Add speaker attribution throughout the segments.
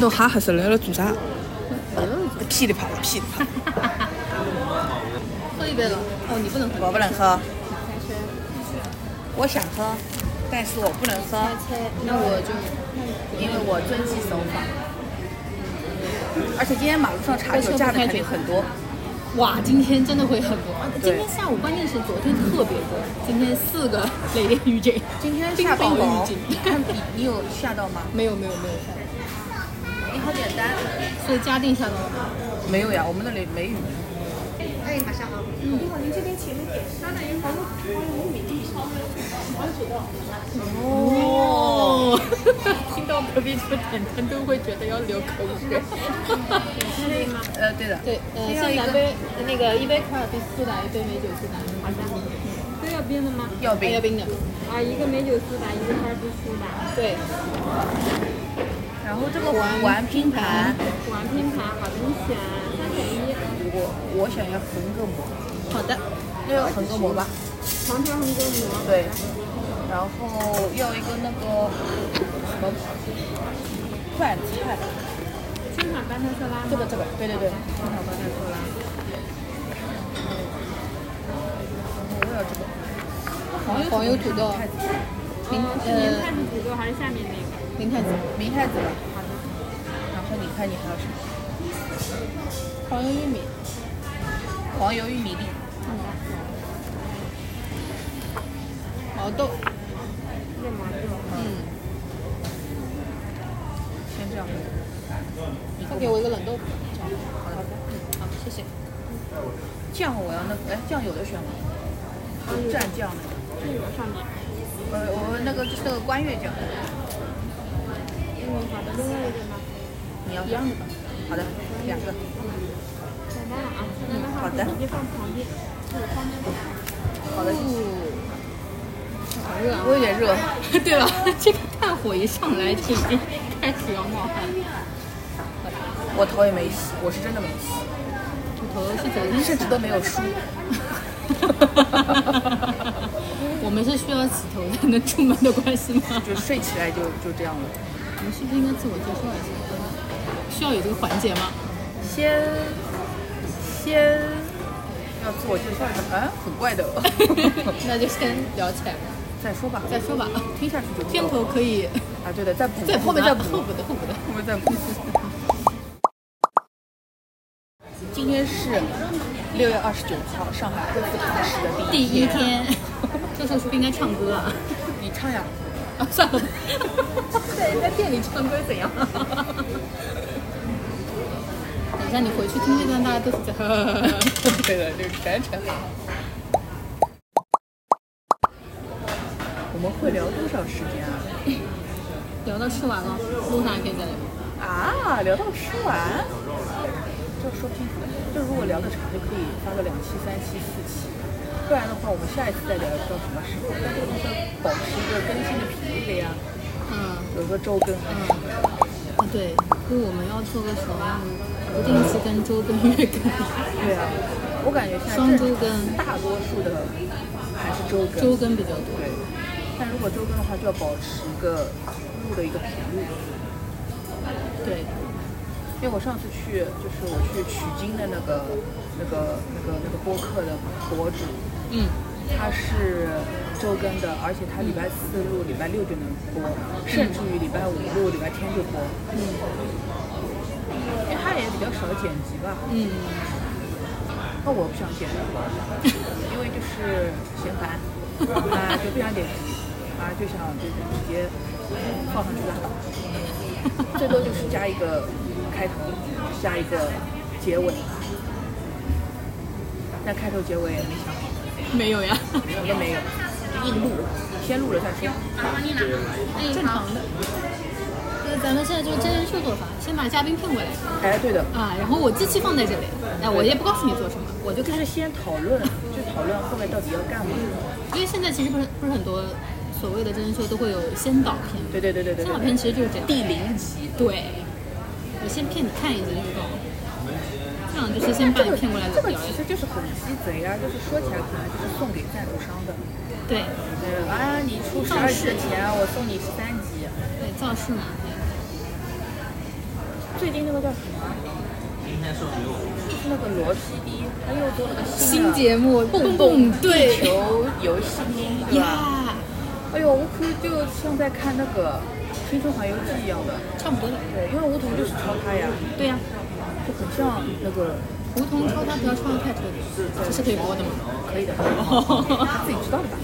Speaker 1: 到哈黑死了，要做啥？噼里啪啦，噼里啪啦。
Speaker 2: 喝一杯吧。哦，你不能喝。
Speaker 3: 我不能喝。我想喝，但是我不能喝，
Speaker 2: 那我就
Speaker 3: 因为我遵纪守法。而且今天马路上查酒驾的肯定很多，
Speaker 2: 哇，今天真的会很多。啊今天下午关键是昨天特别多，今天四个雷电预 警，
Speaker 3: 今天
Speaker 2: 冰哦
Speaker 3: 下
Speaker 2: 冰
Speaker 3: 暴
Speaker 2: 有
Speaker 3: 龙
Speaker 2: 预警。
Speaker 3: 你看你 你有吓到吗？
Speaker 2: 没有没有没有哎下到，
Speaker 3: 你好简单。
Speaker 2: 所以嘉定下到了吗。
Speaker 3: 没有呀，我们那里没雨。
Speaker 2: 哦， 听到隔壁车点灯都会觉得要流口水。
Speaker 3: 呃，对的。
Speaker 2: 对，呃，
Speaker 3: 先要
Speaker 2: 先
Speaker 3: 一
Speaker 2: 来
Speaker 3: 个
Speaker 2: 杯那个一杯可尔必斯苏打，一杯美酒苏打。好的，
Speaker 4: 都要冰的吗？
Speaker 3: 要
Speaker 2: 要
Speaker 3: 冰。
Speaker 2: 冰的。
Speaker 4: 啊，一个美酒苏打，一个哈尔滨苏打，
Speaker 2: 对，
Speaker 3: 然后这个玩玩拼盘，
Speaker 4: 玩拼盘，好的，你选三选一，
Speaker 3: 我我想要横膈膜，
Speaker 2: 好的，
Speaker 3: 要有横膈膜吧？
Speaker 4: 长条横膈膜，
Speaker 3: 对。然后要一个那个什么饭菜，
Speaker 4: 青海巴特色拉
Speaker 3: 这
Speaker 4: 吗？
Speaker 3: 个这个，对对对，
Speaker 4: 青海巴特色拉，
Speaker 3: 我要这个。
Speaker 2: 黄黄油土豆，明
Speaker 4: 嗯，是明
Speaker 2: 呃
Speaker 4: 太子土豆还是下面那个？
Speaker 2: 明太子，
Speaker 3: 明太子吧。然后你看你还有什么？
Speaker 2: 黄油玉米，
Speaker 3: 黄油玉米粒，
Speaker 2: 毛豆，
Speaker 4: 热毛豆，
Speaker 2: 嗯，
Speaker 3: 先这样。
Speaker 2: 再给我一个冷豆腐。这样好的，好，谢谢。
Speaker 3: 酱我要那个，哎，酱有的选吗？蘸酱那个。
Speaker 4: 这个上面。
Speaker 3: 呃，我那个就是那个关粤酱，
Speaker 4: 嗯，好的，另外一个呢？
Speaker 3: 你要一样的吧？好的，两个。嗯
Speaker 4: 简单了啊，那个哈
Speaker 3: 好的
Speaker 4: 直接放旁边，这个方便吗？
Speaker 3: 好的，谢谢。
Speaker 2: 哦，好热啊！
Speaker 3: 我有点热，
Speaker 2: 对了， 这个炭火一上来就已经开始要冒汗。
Speaker 3: 我头也没洗，我是真的没洗，
Speaker 2: 我头是昨天
Speaker 3: 甚至都没有梳。
Speaker 2: 我们是需要洗头才能出门的关系吗？
Speaker 3: 就睡起来就就这样了。
Speaker 2: 我们是不是应该自我介绍一下？需要有这个环节吗？
Speaker 3: 先先要自我介绍一下，啊，很怪 的，
Speaker 2: 那就先聊起来吧，
Speaker 3: 再说吧，
Speaker 2: 再说吧。
Speaker 3: 听下去就知道
Speaker 2: 片
Speaker 3: 了
Speaker 2: 头可 以
Speaker 3: 啊，对的，再补，
Speaker 2: 再
Speaker 3: 后面再补，
Speaker 2: 后补的后补的。
Speaker 3: 我们再补。 今天是六月二十九号，上海恢复堂食的第
Speaker 2: 第
Speaker 3: 一
Speaker 2: 一天， 这时候是不是应该唱歌啊？
Speaker 3: 你唱呀，
Speaker 2: 啊，算 了，在人家店里唱歌 怎样？等一下，你回去听这段，大家都是在。
Speaker 3: 对的，就是全程。我们会聊多少时间啊？
Speaker 2: 聊到吃完了，露娜可以再聊。
Speaker 3: 啊，聊到吃完，这说不清楚。就如果聊得长，就可以发个两期、三期、四期。不然的话，我们下一次再聊，不知道什么时候。但是我们要保持一个更新的频率的呀，
Speaker 2: 嗯
Speaker 3: 比如说周更啊。
Speaker 2: 嗯，啊对，因为我们要做个什么不定期跟周更、月更、
Speaker 3: 对啊，我感觉现在
Speaker 2: 双
Speaker 3: 正
Speaker 2: 周更
Speaker 3: 大多数的还是周更。
Speaker 2: 周更比较多。
Speaker 3: 对，但如果周更的话，就要保持一个录的一个频率。
Speaker 2: 对，
Speaker 3: 因为我上次去，就是我去取经的那个、那个、那个、那个播客的博主，
Speaker 2: 嗯，
Speaker 3: 他是周更的，而且他礼拜四录，礼拜六就能播，甚至于礼拜五录，礼拜天就播。嗯，因为他也比较少剪辑吧。
Speaker 2: 嗯，
Speaker 3: 那我不想剪，因为就是嫌烦，啊就不想剪辑，啊就想就是直接放上去拉倒，最多就是加一个开头，加一个结尾。但开头结尾也没想好，
Speaker 2: 没有呀，
Speaker 3: 什么都没有，硬录，先录了再说。
Speaker 2: 正常的。哎那咱们现在就真人秀做法，先把嘉宾骗过来
Speaker 3: 哎，对的，
Speaker 2: 啊，然后我机器放在这里，哎，我也不告诉你做什么，我就
Speaker 3: 就
Speaker 2: 开
Speaker 3: 开始
Speaker 2: 始
Speaker 3: 先讨论，就讨论后面到底要干嘛。
Speaker 2: 因为现在其实不是不是很多所谓的真人秀都会有先导片，
Speaker 3: 对对对对对
Speaker 2: 先
Speaker 3: 对。
Speaker 2: 导片其实就是这样。
Speaker 3: 第零集，
Speaker 2: 对，我先骗你看一集预告，这样就是先把
Speaker 3: 这
Speaker 2: 你
Speaker 3: 个
Speaker 2: 骗过来
Speaker 3: 这
Speaker 2: 聊
Speaker 3: 个
Speaker 2: 一聊
Speaker 3: 其。实就是很鸡贼啊，就是说起来可能就是送给赞助商的。
Speaker 2: 对，
Speaker 3: 对啊，你出十二集的钱，我送你十三集。
Speaker 2: 对，造势嘛，对
Speaker 3: 最近那个叫什么？就是那个罗 PD，他又做了个新
Speaker 2: 新
Speaker 3: 的
Speaker 2: 节目蹦蹦对
Speaker 3: 球游戏厅，对吧？
Speaker 2: 呀，
Speaker 3: 哎呦，我可就像在看那个《青春环游记》一样的。
Speaker 2: 差不多了。
Speaker 3: 对，因为梧桐就是抄他呀，
Speaker 2: 对呀、
Speaker 3: 就很像那个
Speaker 2: 梧桐抄他不要抄的太彻底，这是可以播的吗？
Speaker 3: 可 以的，
Speaker 2: 哦，
Speaker 3: 自己知道的吧？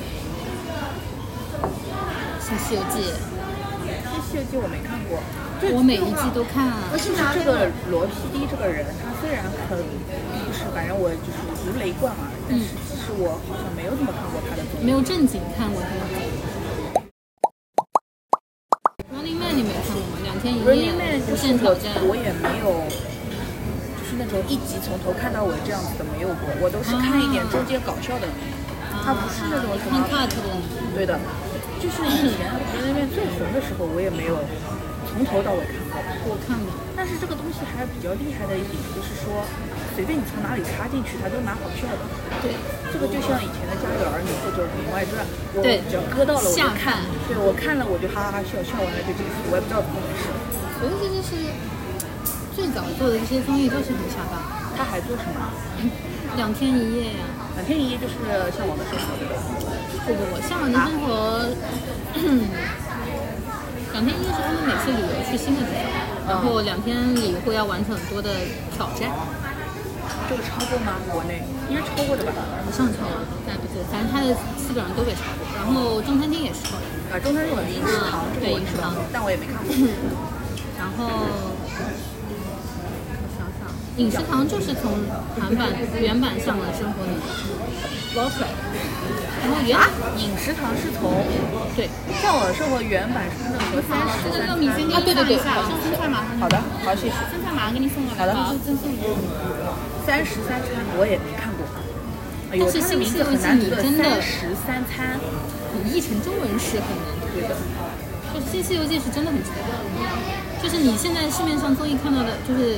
Speaker 2: 像《西游记
Speaker 3: 这《西游记》我没看过，这》，
Speaker 2: 我每一季都看、啊。
Speaker 3: 就是这个罗 PD 这个人，他虽然很就是反正我就是如雷贯耳，但是其实我好像没有怎么看过他的综艺。
Speaker 2: 没有正经看过他的电影。Running Man 你没有看过吗？两天一
Speaker 3: Running
Speaker 2: 夜
Speaker 3: Man
Speaker 2: 无
Speaker 3: 就是
Speaker 2: 限挑
Speaker 3: 我
Speaker 2: 战，
Speaker 3: 我也没有，就是那种一集从头看到尾这样子的没有过，我都是看一点中间搞笑的。它不是那种
Speaker 2: 啊
Speaker 3: 什
Speaker 2: 看
Speaker 3: 么
Speaker 2: cut 的，
Speaker 3: 对的，就是以前 Running Man 最红的时候，我也没有从头到尾看过。
Speaker 2: 我看过。
Speaker 3: 但是这个东西还比较厉害的一点就是说，随便你从哪里插进去，它都蛮好笑的。
Speaker 2: 对，
Speaker 3: 这个就像以前的《家有儿女》或者《武林外传》，我
Speaker 2: 对
Speaker 3: 只要割到了我就
Speaker 2: 下
Speaker 3: 看
Speaker 2: 饭，
Speaker 3: 对我看了我就哈哈哈笑，笑完了就结束，我也不知道怎么回事。
Speaker 2: 我觉得这就是最早做的这些综艺就是很下饭。
Speaker 3: 他还做什么？啊
Speaker 2: 两天一夜啊呀、
Speaker 3: 满天一夜就是向往的生活，对吧？
Speaker 2: 不不不，向往的生活。 两天一夜是他们每次旅游去新的地
Speaker 3: 嗯
Speaker 2: 方，然后两天里会要完成很多的挑战。
Speaker 3: 这个超过吗？国内应该超过的吧？
Speaker 2: 不上超了，那不是，反正他的基本上都被超过。然后中餐厅也是超过，
Speaker 3: 啊，中餐有饮食堂，这个我知道
Speaker 2: 对饮食堂，
Speaker 3: 但我也没看 过。
Speaker 2: 然后我想想，饮食堂就是从韩版原版向往的生活里捞出来的。然后原、
Speaker 3: 饮食堂是从
Speaker 2: 对，
Speaker 3: 向往的生活原版是那个三
Speaker 2: 是
Speaker 3: 十
Speaker 2: 那
Speaker 3: 三
Speaker 2: 个米线给
Speaker 1: 啊对
Speaker 2: 你
Speaker 1: 对对
Speaker 2: 上一下，我上生菜马上
Speaker 3: 好的，好，谢谢。
Speaker 2: 生菜马上给你送过来，
Speaker 3: 好的
Speaker 2: 就是赠送给你。
Speaker 3: 三十三餐我也没看过。哎呦，
Speaker 2: 但是
Speaker 3: 它的
Speaker 2: 新
Speaker 3: 名字
Speaker 2: 西游
Speaker 3: 很
Speaker 2: 记
Speaker 3: 难
Speaker 2: 你
Speaker 3: 读的，
Speaker 2: 真的
Speaker 3: 三十三餐，
Speaker 2: 你译成中文是很难
Speaker 3: 对的。
Speaker 2: 就是《新西游记》是真的很值得，就是你现在市面上综艺看到的，就是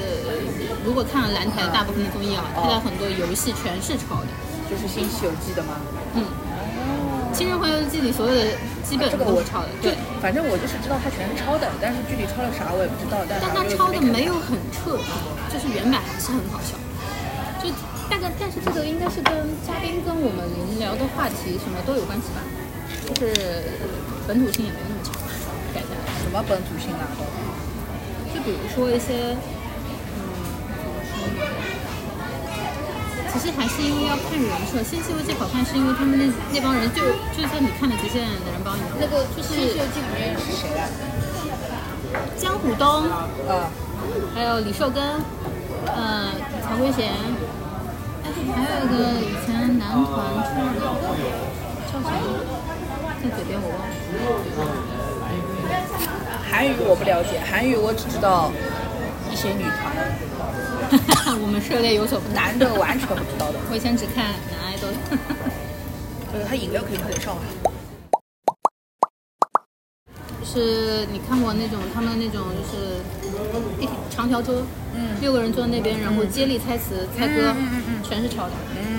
Speaker 2: 如果看了蓝台的大部分的综艺啊，它的很多游戏全是抄的。
Speaker 3: 就是《新西游记》的吗？
Speaker 2: 嗯，啊《青春环游记》里所有的基本
Speaker 3: 这个
Speaker 2: 都
Speaker 3: 我
Speaker 2: 是抄的，
Speaker 3: 就
Speaker 2: 对。
Speaker 3: 反正我就是知道它全是抄的，但是具体抄了啥我也不知道。但
Speaker 2: 但
Speaker 3: 它
Speaker 2: 它抄的没有很彻底，就是原版还是很好笑。就大概，但是这个应该是跟嘉宾跟我们聊的话题什么都有关系吧，就是本土性也没那么强，改下来。
Speaker 3: 什么本土性啊？
Speaker 2: 就比如说一些，嗯，怎么说呢？其实还是因为要看人设，《新西游记》好看是因为他们那那帮人就就算你看了《极限的人帮你忙》，那个就是
Speaker 4: 西游记》里面
Speaker 3: 是谁啊？
Speaker 2: 江虎东，
Speaker 3: 呃，
Speaker 2: 还有李寿根，呃，曹圭贤，哎，还有一个以前男团出来的叫什么，在嘴边我忘了。
Speaker 3: 韩语我不了解，韩语我只知道一些女团，
Speaker 2: 我们涉猎有所不同，
Speaker 3: 男的完全不知道的。
Speaker 2: 我以前只看男爱豆。
Speaker 3: 就是它饮料可以喝点上海。
Speaker 2: 就是你看过那种他们那种就是一长条桌，嗯，六个人坐在那边，然后接力猜词、猜歌，全是抄的，嗯，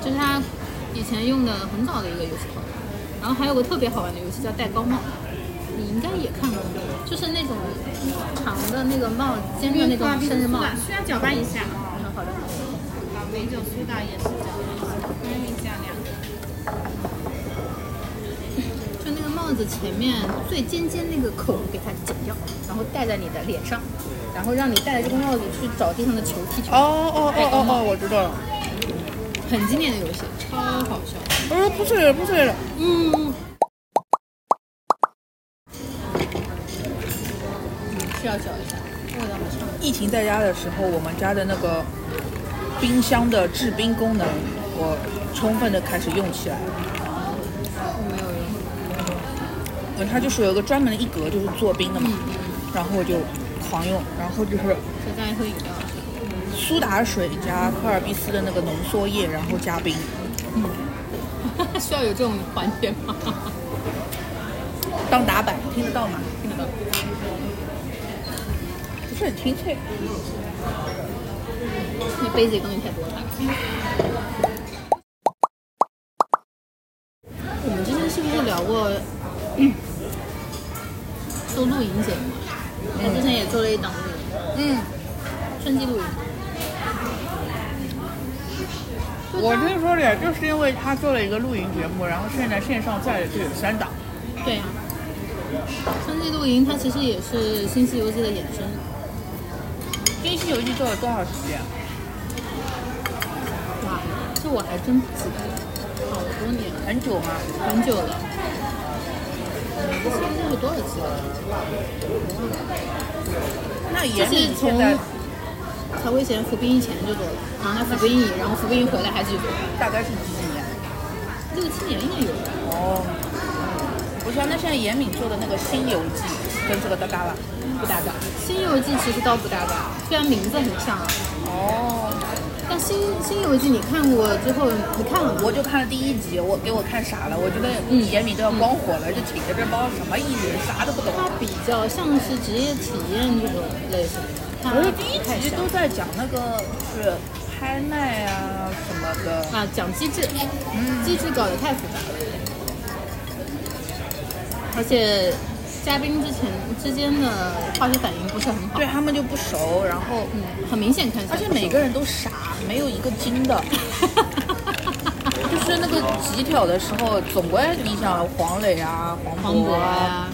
Speaker 2: 就是他以前用的很早的一个游戏套路。然后还有个特别好玩的游戏叫戴高帽，你应该也看过，就是那种长的那个帽，尖的那种生日帽，
Speaker 4: 需要搅拌一下，
Speaker 2: 很好的。啊
Speaker 4: 把美酒苏打也是搅拌一下，扔一下两个。
Speaker 2: 就那个帽子前面最尖尖那个口给它剪掉，然后戴在你的脸上，然后让你戴着这个帽子去找地上的球踢球。
Speaker 3: 哦
Speaker 2: 哦哦哦
Speaker 3: 我知道了。
Speaker 2: 很经典的游戏，超好笑。
Speaker 3: 哦，不醉了，不醉了。
Speaker 2: 嗯，是要嚼一下，味道好像
Speaker 3: 疫情在家的时候，我们家的那个冰箱的制冰功能，我充分的开始用起来了。
Speaker 2: 我没有用。
Speaker 3: 嗯，它就是有一个专门的一格，就是做冰的嘛，然后我就狂用，然后就是
Speaker 2: 所以大家喝饮料，
Speaker 3: 苏打水加科尔必斯的那个浓缩液，然后加冰。
Speaker 2: 需要有这种环节吗？
Speaker 3: 当打板，听得到吗？听得到。不是很清脆。
Speaker 2: 你杯子里东西太多了。我们之前是不是聊过，嗯，做露营节目？我之前也做了一档露营，
Speaker 3: 嗯，
Speaker 2: 春季鲈鱼。
Speaker 3: 我听说的，就是因为他做了一个露营节目，然后现在线上在就有三档。
Speaker 2: 对啊，春季露营它其实也是《新西游记》的衍生，
Speaker 3: 《新西游记》做了多少时间？
Speaker 2: 哇，这我还真不记得了，好多年了，
Speaker 3: 很久吗？
Speaker 2: 很久了。《新西游记》有多少集了？
Speaker 3: 那
Speaker 2: 就
Speaker 3: 严
Speaker 2: 是
Speaker 3: 敏
Speaker 2: 从
Speaker 3: 现在
Speaker 2: 曹魏贤服兵役前就做了，然后他服兵役，然后服兵役回来还继续做，
Speaker 3: 大概是几几年？
Speaker 2: 六七年应该有吧？
Speaker 3: 哦，我想那现在严敏做的那个《新游记》跟这个搭嘎了，不搭嘎。
Speaker 2: 《新游记》其实倒不搭嘎，虽然名字很像啊，
Speaker 3: 哦，
Speaker 2: 但新《新游记》你看过之后，你看了吗？
Speaker 3: 我就看了第一集，我给我看傻了，我觉得
Speaker 2: 嗯
Speaker 3: 严敏都要光火了，就请的这帮什么艺人，啥都不懂。
Speaker 2: 它比较像是职业体验这种类型的，它
Speaker 3: 我是第一
Speaker 2: 不太
Speaker 3: 集
Speaker 2: 像
Speaker 3: 都在讲那个就是拍卖啊什么的，
Speaker 2: 啊，讲机制，
Speaker 3: 嗯
Speaker 2: 机制搞得太复杂了，而且嘉宾之前之间的化学反应不是很好
Speaker 3: 对，他们就不熟，然后
Speaker 2: 嗯，很明显看起来
Speaker 3: 而
Speaker 2: 不熟，
Speaker 3: 且每个人都傻，没有一个精 的。就是那个极挑的时候，总归你想黄磊啊、黄
Speaker 2: 黄渤
Speaker 3: 渤啊，
Speaker 2: 呀、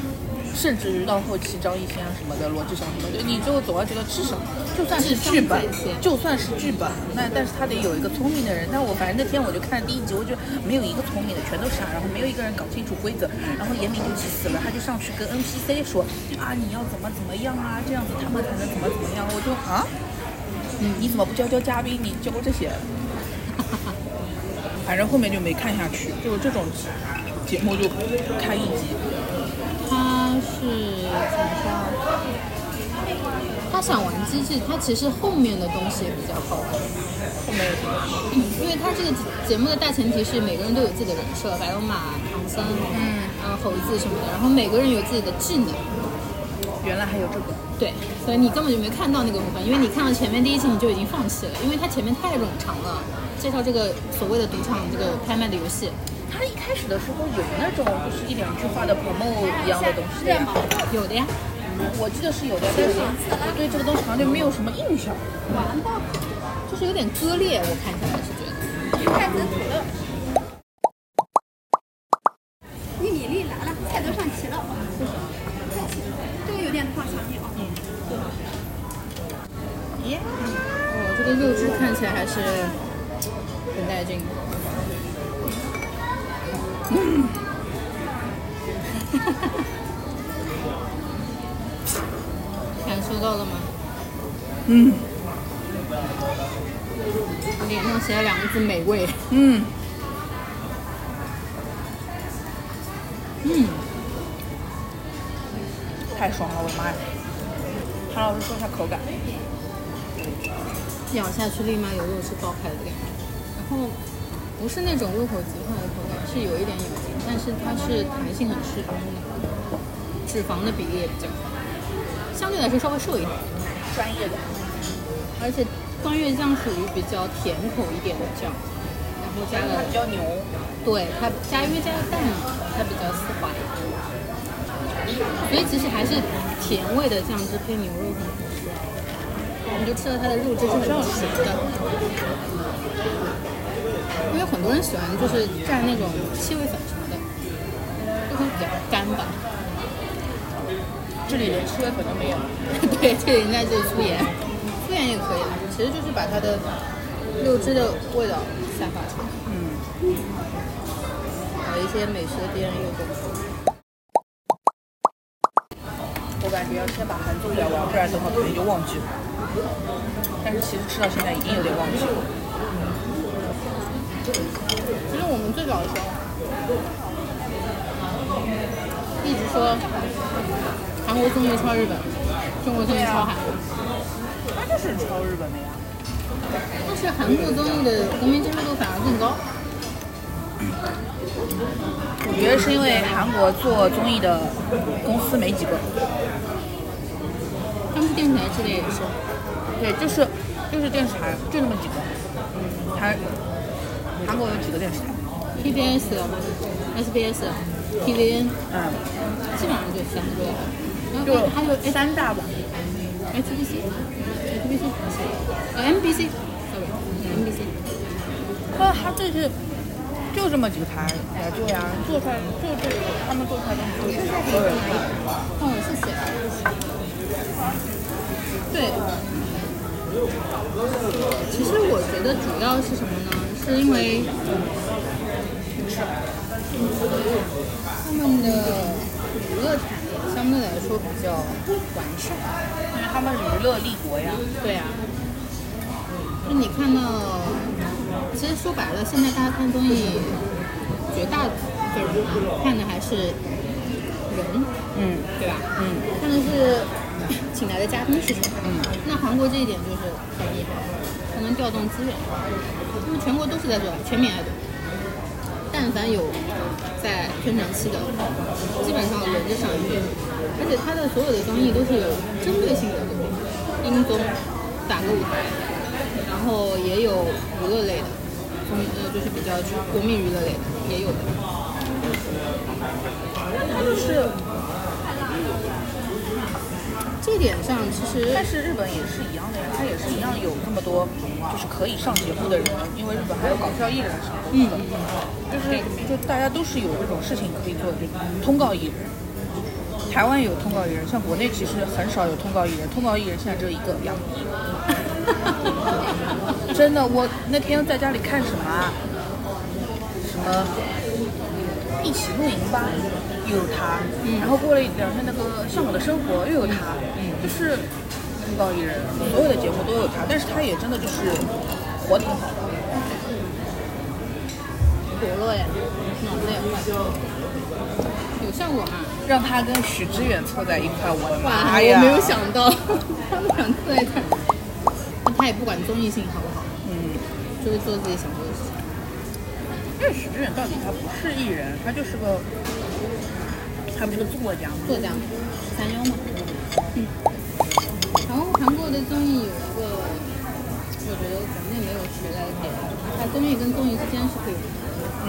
Speaker 3: 甚至于到后期张艺兴啊什么的、罗志祥什么的，你最后总要觉得至少就算是
Speaker 2: 智商
Speaker 3: 剧本
Speaker 2: 在线，
Speaker 3: 就算是剧本，那但是他得有一个聪明的人。但我反正那天我就看第一集，我就没有一个聪明的，全都傻，然后没有一个人搞清楚规则，然后严敏就气死了，他就上去跟 NPC 说啊你要怎么怎么样啊，这样子他们才能怎么怎么样。我就啊，你你怎么不教教嘉宾？你教过这些？ 反正后面就没看下去，就是这种节目就看一集，
Speaker 2: 他是怎么说？他想玩机制，他其实后面的东西也比较好玩，
Speaker 3: 后面有什么？
Speaker 2: 因为他这个节目的大前提是每个人都有自己的人设，白龙马、唐僧，嗯，然后猴子什么的，然后每个人有自己的技能，
Speaker 3: 原来还有这个。
Speaker 2: 对，所以你根本就没看到那个部分，因为你看到前面第一期你就已经放弃了，因为它前面太冗长了，介绍这个所谓的赌场这个拍卖的游戏，
Speaker 3: 他一开始的时候有那种就是一两句话的 promo 一样的东西的
Speaker 4: 热
Speaker 3: 呀，
Speaker 4: 毛
Speaker 2: 有的呀，
Speaker 3: 我记得是有的，但是我对这个东西好像就没有什么印象。
Speaker 4: 完吧，
Speaker 2: 就是有点割裂，我看起来是觉得。
Speaker 4: 太子土豆。玉米粒来了，菜都上齐了。太齐了，这个有点烫，想你啊。
Speaker 3: 耶，
Speaker 2: 哦，这个肉汁看起来还是很带劲的。感受到了吗？
Speaker 3: 嗯
Speaker 2: 我脸上写了两个字“美味
Speaker 3: 嗯，”。
Speaker 2: 嗯，
Speaker 3: 太爽了，我的妈呀！韩老师说一下口感，
Speaker 2: 咬下去立马有肉汁爆开的感觉。然后不是那种入口即化的口感，是有一点咬劲，但是它是弹性很适中的，脂肪的比例也比较好，相对来说稍微瘦一点。
Speaker 3: 专业的。
Speaker 2: 而且关月酱属于比较甜口一点的酱，然后加
Speaker 3: 它
Speaker 2: 了
Speaker 3: 比较牛，
Speaker 2: 对它加因为加了蛋嘛，它比较丝滑一点，所以其实还是甜味的酱汁配牛肉很好吃，你就吃到它的肉汁是很咸的。因为很多人喜欢就是蘸那种七味粉什么的，就会比较干吧。
Speaker 3: 这里连七味粉都没有。
Speaker 2: 对，这个应该就是粗盐，粗盐也可以，其实就是把它的肉汁的味道散发出来。
Speaker 3: 嗯，
Speaker 2: 有一些美食的敌人有功夫。
Speaker 3: 我感觉要先把韩综聊完，不然的话可能就忘记了。但是其实吃到现在已经有点忘记了。
Speaker 2: 其实我们最早的时候，一直说韩国综艺超日本，中国综艺超韩国，
Speaker 3: 它就是超日本的呀。
Speaker 2: 但是韩国综艺的国民接受度反而更高。
Speaker 3: 我觉得是因为韩国做综艺的公司没几个。
Speaker 2: 央视电视台之类也是，
Speaker 3: 对，就是就是电视台就那么几个，韩韩国有几个电视台？
Speaker 2: TBS、SBS、TVN，
Speaker 3: 嗯，
Speaker 2: 基本上就三个。然
Speaker 3: 就
Speaker 2: 后还有哎
Speaker 3: 三大吧。
Speaker 2: HBC HBC 呃 MBC sorry MBC
Speaker 3: 那他这是就这么几个台来做呀，做出来就这他们做出来的东西都是所有人看的。
Speaker 2: 哦谢谢对其实我觉得主要是什么呢是因为他们的娱乐产业相对来说比较完善
Speaker 3: 因为他们娱乐立国呀，
Speaker 2: 对啊，就你看到，其实说白了，现在大家看综艺，绝大部分人啊看的还是人，
Speaker 3: 嗯
Speaker 2: 对吧？
Speaker 3: 嗯，
Speaker 2: 看的是 请来的嘉宾是谁。嗯，那韩国这一点就是很厉害，它能调动资源，他们全国都是在做全民爱豆。但凡有在宣传期的，基本上轮着上一遍，而且它的所有的综艺都是有针对性的东西，音综、打歌舞台，然后也有娱乐类的，综呃就是比较国民娱乐类的也有的。
Speaker 3: 他就是，
Speaker 2: 这点上其实
Speaker 3: 但是日本也是一样的呀，他也是一样有这么多就是可以上节目的人，因为日本还有搞笑艺人什么的，
Speaker 2: 嗯，
Speaker 3: 就是就大家都是有这种事情可以做的，就通告艺人。台湾有通告艺人，像国内其实很少有通告艺人，通告艺人现在只有一个杨幂。 真的，我那天在家里看什么啊什么一起露营吧，又有他，然后过了两天那个向往的生活又有他，
Speaker 2: 嗯
Speaker 3: 就是通告艺人，所有的节目都有他，但是他也真的就是活挺好的。
Speaker 2: 活络呀，脑子也快，有效果嘛？
Speaker 3: 让他跟许知远凑在一块，我的
Speaker 2: 哇，
Speaker 3: 妈哎呀！
Speaker 2: 我没有想到 他们俩坐在这儿，那他也不管综艺性好不好，
Speaker 3: 嗯，
Speaker 2: 就是做自己想做的事情。
Speaker 3: 因为许知远到底他不是艺人，他就是个，他不是个作家吗？
Speaker 2: 做这样十三幺嘛，嗯。然后韩国的综艺有一个，我觉得国内没有学来的点，它综艺跟综艺之间是可以融合的，
Speaker 3: 嗯，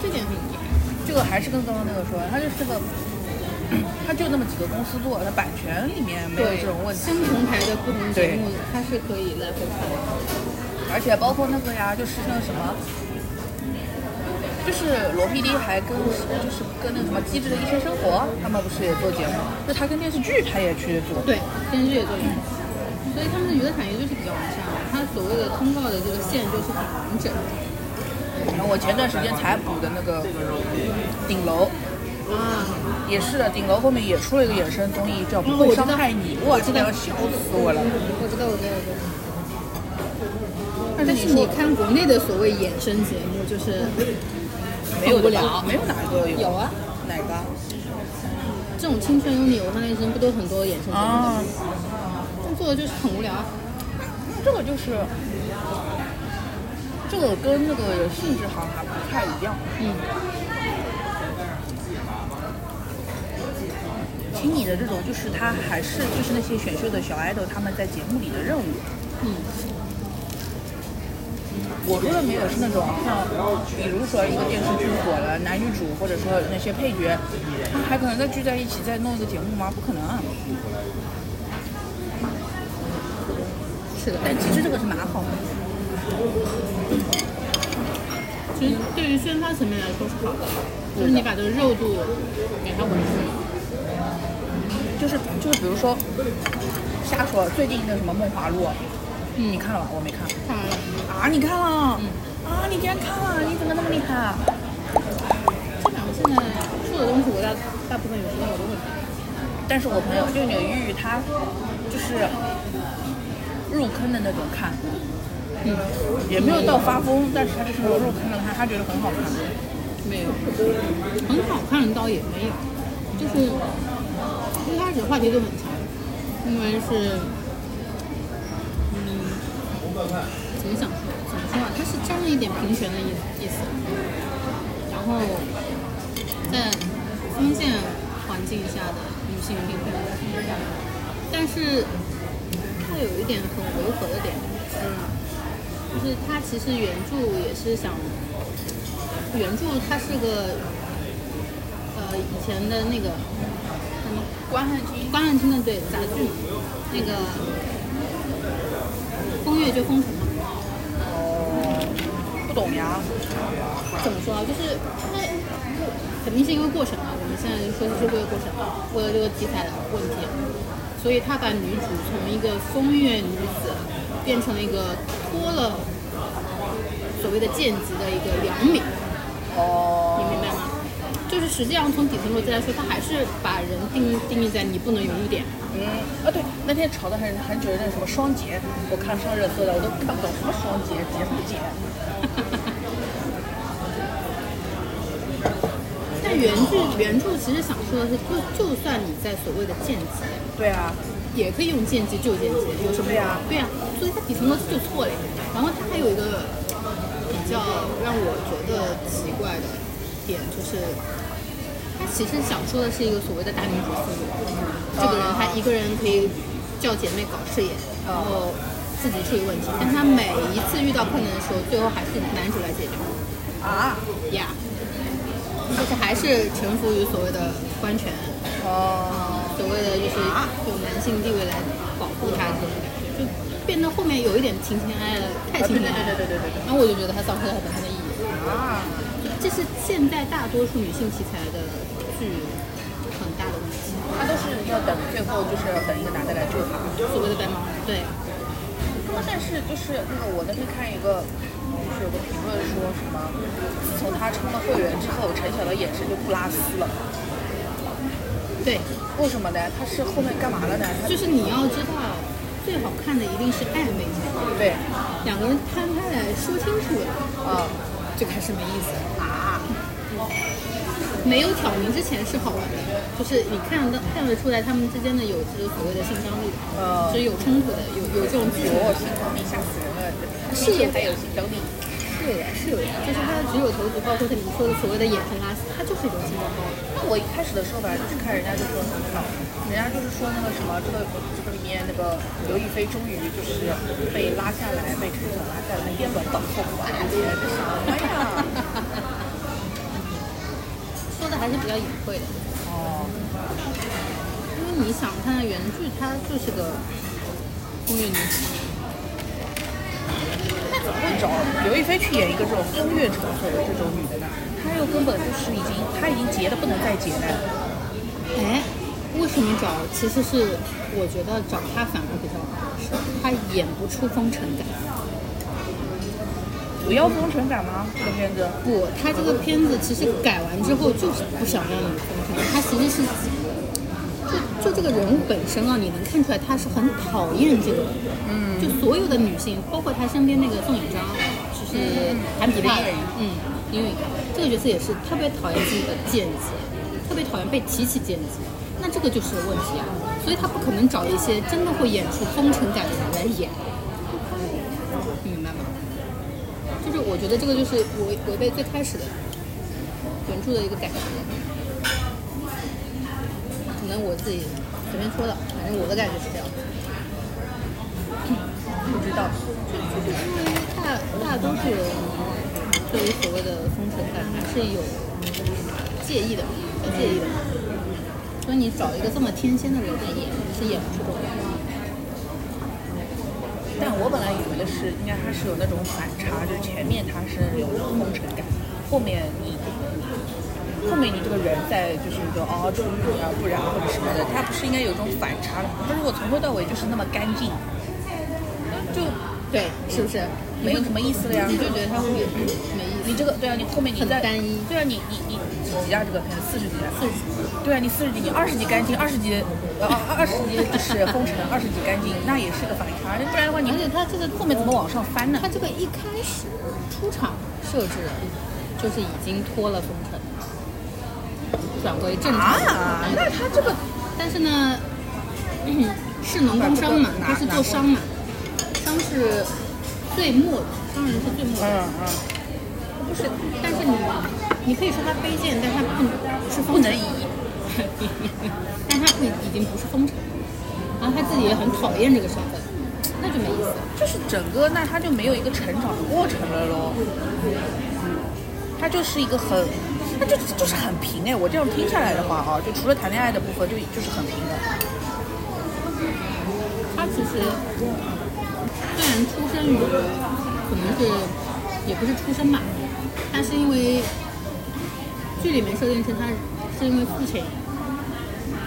Speaker 2: 这点很厉害。
Speaker 3: 这个还是跟刚刚那个说的，他就是个， 他就那么几个公司做，他版权里面没有这种问题，
Speaker 2: 相同台的不同节目，它是可以来回看的。
Speaker 3: 而且包括那个呀，就是那个什么。就是罗 PD 还跟就是跟那个什么《机智的医生生活》，他们不是也做节目？就他跟电视剧他也去做，
Speaker 2: 对，电视剧也做用。所以他们的娱乐产业就是比较完善的，它所谓的通告的这个线就是很完整的。
Speaker 3: 然后我前段时间才补的那个顶楼，
Speaker 2: 啊，
Speaker 3: 也是的，顶楼后面也出了一个衍生综艺，叫《不
Speaker 2: 哦
Speaker 3: 会
Speaker 2: 我知道
Speaker 3: 伤害你》，哇，这两个笑死我了。
Speaker 2: 我知道，我知道，我知道。
Speaker 3: 但是
Speaker 2: 但
Speaker 3: 你
Speaker 2: 是
Speaker 3: 说
Speaker 2: 你看国内的所谓衍生节目，就是
Speaker 3: 没有
Speaker 2: 受不了
Speaker 3: 没有哪一个有
Speaker 2: 有啊，
Speaker 3: 哪个
Speaker 2: 这种青春有你，我和那一生不都很多衍生节目的？
Speaker 3: 啊？
Speaker 2: 但做的就是很无聊啊。
Speaker 3: 这个就是这个跟那个性质好像还不太一样，
Speaker 2: 嗯，
Speaker 3: 听你的这种就是他还是就是那些选秀的小 idol 他们在节目里的任务。
Speaker 2: 嗯。
Speaker 3: 我说的没有是那种像，比如说一个电视剧火了，男女主或者说那些配角，他们还可能再聚在一起再弄一个节目吗？不可能啊、
Speaker 2: 是的。
Speaker 3: 但其实这个是蛮好的。
Speaker 2: 其实对于宣发层面来说是好的，就是你把这个热度给它稳住。
Speaker 3: 就是就是比如说，瞎说，最近那什么《梦华录》，
Speaker 2: 嗯
Speaker 3: 你看了吧？我没看。
Speaker 2: 看完了，
Speaker 3: 啊，你看了？啊，你竟然看了？你怎么那么厉害啊？
Speaker 2: 基本上现在出的东西，我大大部分有时间我都会看。
Speaker 3: 但是我朋友就有玉玉，她就是入坑的那种看，
Speaker 2: 嗯，
Speaker 3: 也没有到发疯，但是她就是那种入坑的看，她觉得很好看。
Speaker 2: 没有，很好看倒也没有，就是一开始话题度很强，因为是，嗯，怎么想说？怎么说啊？它是加了一点平权的意意思，然后在封建环境下的女性平权，但是它有一点很违和的点，嗯，就是它其实原著也是想原著它是个，呃，以前的那个，嗯，什么
Speaker 3: 关汉卿
Speaker 2: 关汉卿的对杂剧嘛，那个风月就封神嘛。
Speaker 3: 哦不懂呀，
Speaker 2: 怎么说啊？就是它肯定是因为过审啊，我们现在就说是为了过审，为了这个题材的问题，所以他把女主从一个风月女子变成了一个脱了所谓的贱籍的一个良民，
Speaker 3: 哦，
Speaker 2: 你明白吗？就是实际上从底层逻辑来说，他还是把人定义定义在你不能有一点，
Speaker 3: 嗯，啊对，那天吵得很很久的那个什么双节，我看上热搜了，我都看不懂什么双节节什么节。
Speaker 2: 但原剧原著其实想说的是，就就算你在所谓的贱籍，
Speaker 3: 对啊，
Speaker 2: 也可以用间接就间接，有什么
Speaker 3: 对呀
Speaker 2: 对呀、所以它底层逻辑就错了。然后它还有一个比较让我觉得奇怪的点，就是它其实想说的是一个所谓的大女主思维，这个人她一个人可以叫姐妹搞事业，然后自己处理问题，但她每一次遇到困难的时候，最后还是男主来解决。
Speaker 3: 啊，
Speaker 2: 呀、就是还是臣服于所谓的官权，
Speaker 3: 哦，
Speaker 2: 所谓的就是有男性地位来保护他这种感觉，就变得后面有一点情情爱爱了，太
Speaker 3: 啊
Speaker 2: 情
Speaker 3: 对对
Speaker 2: 情
Speaker 3: 对
Speaker 2: 爱爱
Speaker 3: 对对对
Speaker 2: 了。
Speaker 3: 对，
Speaker 2: 然后我就觉得它丧失了它本身的意义。
Speaker 3: 啊，
Speaker 2: 这是现在大多数女性题材的剧很大的问题，
Speaker 3: 他都是要等最后就是要等一个男的来救他。
Speaker 2: 所谓的白马王子。对，
Speaker 3: 他们但是就是那个我那天看一个，就是有个评论说什么，自从他充了会员之后，陈晓的眼神就不拉丝了。
Speaker 2: 对，
Speaker 3: 为什么呢？他是后面干嘛了呢？他
Speaker 2: 就是你要知道，最好看的一定是暧昧才好，
Speaker 3: 对，
Speaker 2: 两个人摊开来说清楚了，
Speaker 3: 啊、
Speaker 2: 就开始没意思了。
Speaker 3: 啊，
Speaker 2: 没有挑明之前是好玩的，就是你看得到看得出来他们之间的有这个所谓的性张力，
Speaker 3: 呃
Speaker 2: 是有冲突的，有有这种剧情。
Speaker 3: 我心疼你吓死人了，
Speaker 2: 是
Speaker 3: 今天还有心等你。
Speaker 2: 是有的，是有的，就是他的举手投足，包括他你说的所谓的眼神拉丝，他就是一种性张力。
Speaker 3: 那我一开始的时候吧，就是看人家就说什么，人家就是说那个什么，这个这个里面那个刘亦菲终于就是被拉下来，被陈晓拉下来，颠鸾倒凤吧，这些这什么呀？
Speaker 2: 说的还是比较隐晦的，
Speaker 3: 哦，
Speaker 2: 因为你想看原剧，它就是个风月女子，
Speaker 3: 那怎么会找刘亦菲去演一个这种风月场所的这种女的呢？她又根本就是已经，她已经结的不能再结了。
Speaker 2: 哎，为什么找？其实是我觉得找她反而比较合适，她演不出风尘感。
Speaker 3: 不要风尘感吗？这个片子
Speaker 2: 不，他这个片子其实改完之后就是不想让你封神，他其实是就就这个人物本身啊，你能看出来他是很讨厌这个，嗯，就所有的女性，包括他身边那个宋雨章，就是韩比
Speaker 3: 林
Speaker 2: 娜
Speaker 3: 允，
Speaker 2: 嗯，林允这个角色也是特别讨厌自己的见解，特别讨厌被提起见解，那这个就是问题啊，所以他不可能找一些真的会演出风尘感的人来演，明白吗？就是我觉得这个就是违违背最开始的原著的一个感觉，可能我自己随便说的，反正我的感觉是这样。
Speaker 3: 不知道，
Speaker 2: 就是因为大大多数人对于所谓的封神感还是有介意的，有介意的。所以你找一个这么天仙的人来演，是演不出这种来的。
Speaker 3: 但我本来以为的是，应该她是有那种反差，就是前面她是有风尘感，后面你。后面你这个人在就是一个哦处女啊，不然或者什么的，她不是应该有一种反差的吗？她如果从头到尾就是那么干净，就
Speaker 2: 对，是不是？
Speaker 3: 没有什么意思了呀。
Speaker 2: 你就觉得他会演没意思。
Speaker 3: 你这个对啊，你后面你
Speaker 2: 很
Speaker 3: 再
Speaker 2: 单一
Speaker 3: 对啊，你你你几集啊？这个片子四十集啊？
Speaker 2: 四十集
Speaker 3: 对啊，你四十集，你二十集干净，二十集呃二二十集就是封尘，二十集干净，那也是个反差，不然的话你
Speaker 2: 而且他这个
Speaker 3: 后面怎么往上翻呢？
Speaker 2: 他这个一开始出场设置就是已经脱了封尘，转为正常。
Speaker 3: 啊，那他这个
Speaker 2: 但是呢，嗯是农工商嘛，他是做商嘛，商是最末的，商人是最末的。
Speaker 3: 嗯
Speaker 2: 不是，但是你你可以说他卑贱，但他不不是
Speaker 3: 不
Speaker 2: 封
Speaker 3: 能
Speaker 2: 尘，
Speaker 3: 移，
Speaker 2: 但他不已经不是封尘，然后他自己也很讨厌这个身份，那就没意思了。
Speaker 3: 就是整个那他就没有一个成长的过程了喽，他就是一个很那就就是很平哎，我这样听下来的话啊，就除了谈恋爱的部分，就就是很平的。
Speaker 2: 他其实虽然出身于可能是也不是出身吧，他是因为剧里面设定是他是因为父亲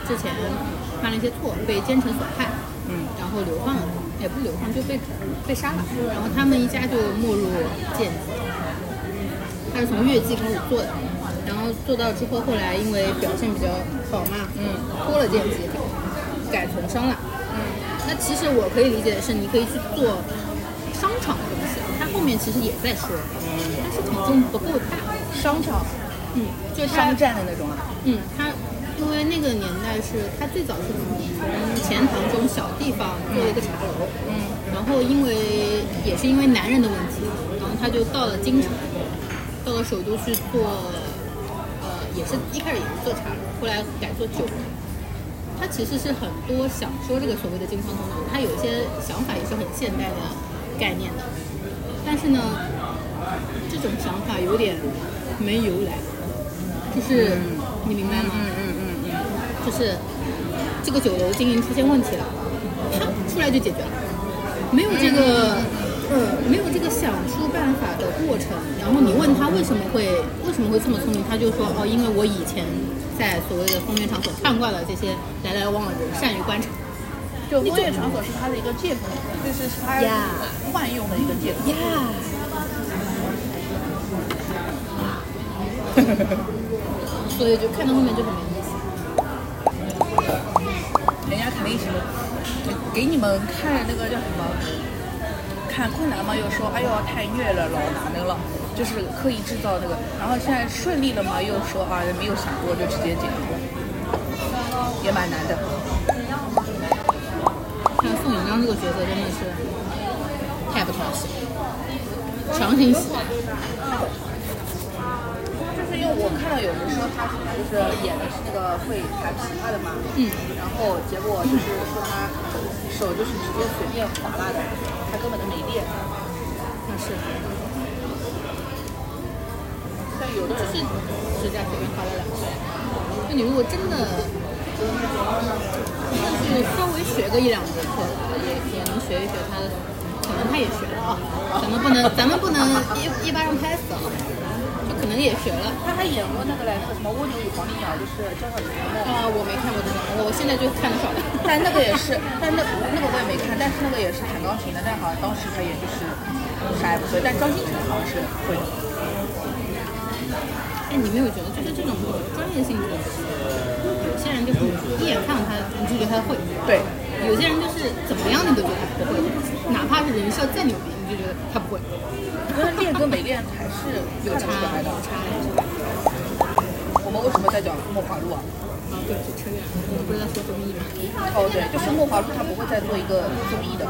Speaker 2: 之前犯了一些错，被奸臣所害，嗯，然后流放了，也不是流放就被被杀了，然后他们一家就没入剑籍。他是从乐器开始做的，然后做到之后，后来因为表现比较好嘛，嗯，脱了剑籍，改从商了。那其实我可以理解的是，你可以去做商场的东西，它后面其实也在说，但是体重不够大。
Speaker 3: 商场、
Speaker 2: 嗯，就是它
Speaker 3: 商战的那种啊，
Speaker 2: 嗯，它因为那个年代是它最早是从钱塘这种小地方做了一个茶楼，嗯，然后因为也是因为男人的问题，然后他就到了京城，到了首都去做，呃，也是一开始也是做茶楼，后来改做酒楼。他其实是很多想说这个所谓的京腔通调，他有一些想法也是很现代的概念的，但是呢，这种想法有点没由来，就是、你明白吗？嗯嗯嗯嗯，就是这个酒楼经营出现问题了，啪出来就解决了，没有这个。呃，没有这个想出办法的过程，然后你问他为什么会为什么会这么聪明，他就说哦，因为我以前在所谓的风月场所看惯了这些来来往往的人，善于观察。
Speaker 3: 就工业场所是他的一个借口，就是是他
Speaker 2: 呀
Speaker 3: 惯用的一个借口。
Speaker 2: 呀。 所以就看到后面就很没意思。
Speaker 3: 人家肯定是给你们看那个叫什么，看困难嘛，又说哎呦太虐了，老难了，就是刻意制造那个，然后现在顺利了嘛，又说啊没有想过就直接解决，也蛮难的。
Speaker 2: 还有宋引章这个角色真的是太不讨喜了，强行洗白。
Speaker 3: 就是因为我看到有人说他就是演的是那个会弹琵琶的嘛，
Speaker 2: 嗯，
Speaker 3: 然后结果就是说他手就是直接随便划拉的，他根本都没练。
Speaker 2: 那嗯是，
Speaker 3: 但有的人
Speaker 2: 就是指甲随便划了两下。就你如果真的，就是稍微学个一两节课，也也能学一学他的。可能他也学了啊，咱们不能，咱们不能一一巴掌拍死啊，就可能也学了。
Speaker 3: 他还演过那个来说什么《蜗牛与黄鹂鸟》，就是江小鱼的梦。
Speaker 2: 啊，我没看过这个，我现在就看的少了。
Speaker 3: 但那个也是，但那那个我也没看，但是那个也是弹钢琴的，但好像当时他也就是啥也不会，但张新成好像是会的。
Speaker 2: 哎，你没有觉得就是这种专业性质的，有些人就是一眼看到他，你就觉得他会；
Speaker 3: 对，
Speaker 2: 有些人就是怎么样你都觉得他不会，哪怕是人设再牛逼，你就觉得他不会，
Speaker 3: 那练跟没练还是
Speaker 2: 有
Speaker 3: 看得
Speaker 2: 差
Speaker 3: 出来的
Speaker 2: 有。差有差。
Speaker 3: 我们为什么在讲梦华录啊？
Speaker 2: 啊，对不起，扯远了，我不是在说综艺吗？
Speaker 3: 哦，对，就是梦华录，他不会再做一个综艺的，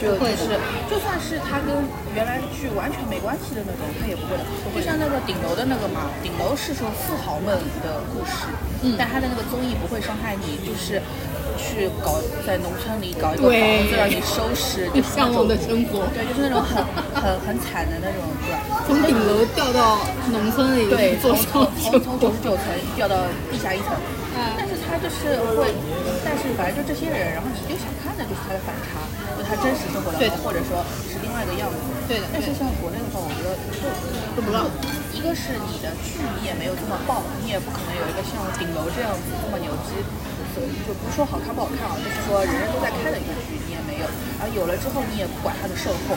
Speaker 3: 就
Speaker 2: 不会
Speaker 3: 就
Speaker 2: 的
Speaker 3: 是就算是他跟原来的剧完全没关系的那种，他也不会的。就像那个顶楼的那个嘛，顶楼是说富豪们的故事，
Speaker 2: 嗯
Speaker 3: 但他的那个综艺不会伤害你，就是去搞在农村里搞一个
Speaker 2: 对
Speaker 3: 房子让你收 拾，就是那
Speaker 2: 向往
Speaker 3: 种
Speaker 2: 的生活，
Speaker 3: 对，就是那种很很很惨的那种，对吧？
Speaker 2: 从顶楼掉到农村里
Speaker 3: 对，
Speaker 2: 做
Speaker 3: 从
Speaker 2: 上
Speaker 3: 从从九十九层掉到地下一层，但是他就是会，但是反正就这些人，然后你就想看的就是他的反差，就他真实生活当
Speaker 2: 对
Speaker 3: 中
Speaker 2: 的，
Speaker 3: 或者说是另外一个样子。
Speaker 2: 对的
Speaker 3: 但是像国内的话，我觉得就
Speaker 2: 都不让。
Speaker 3: 一个是你的剧你也没有这么爆，你也不可能有一个像顶楼这样子这么牛逼，所以就不说好看不好看啊，就是说人人都在看的一个剧你也没有，然后有了之后你也不管它的售后，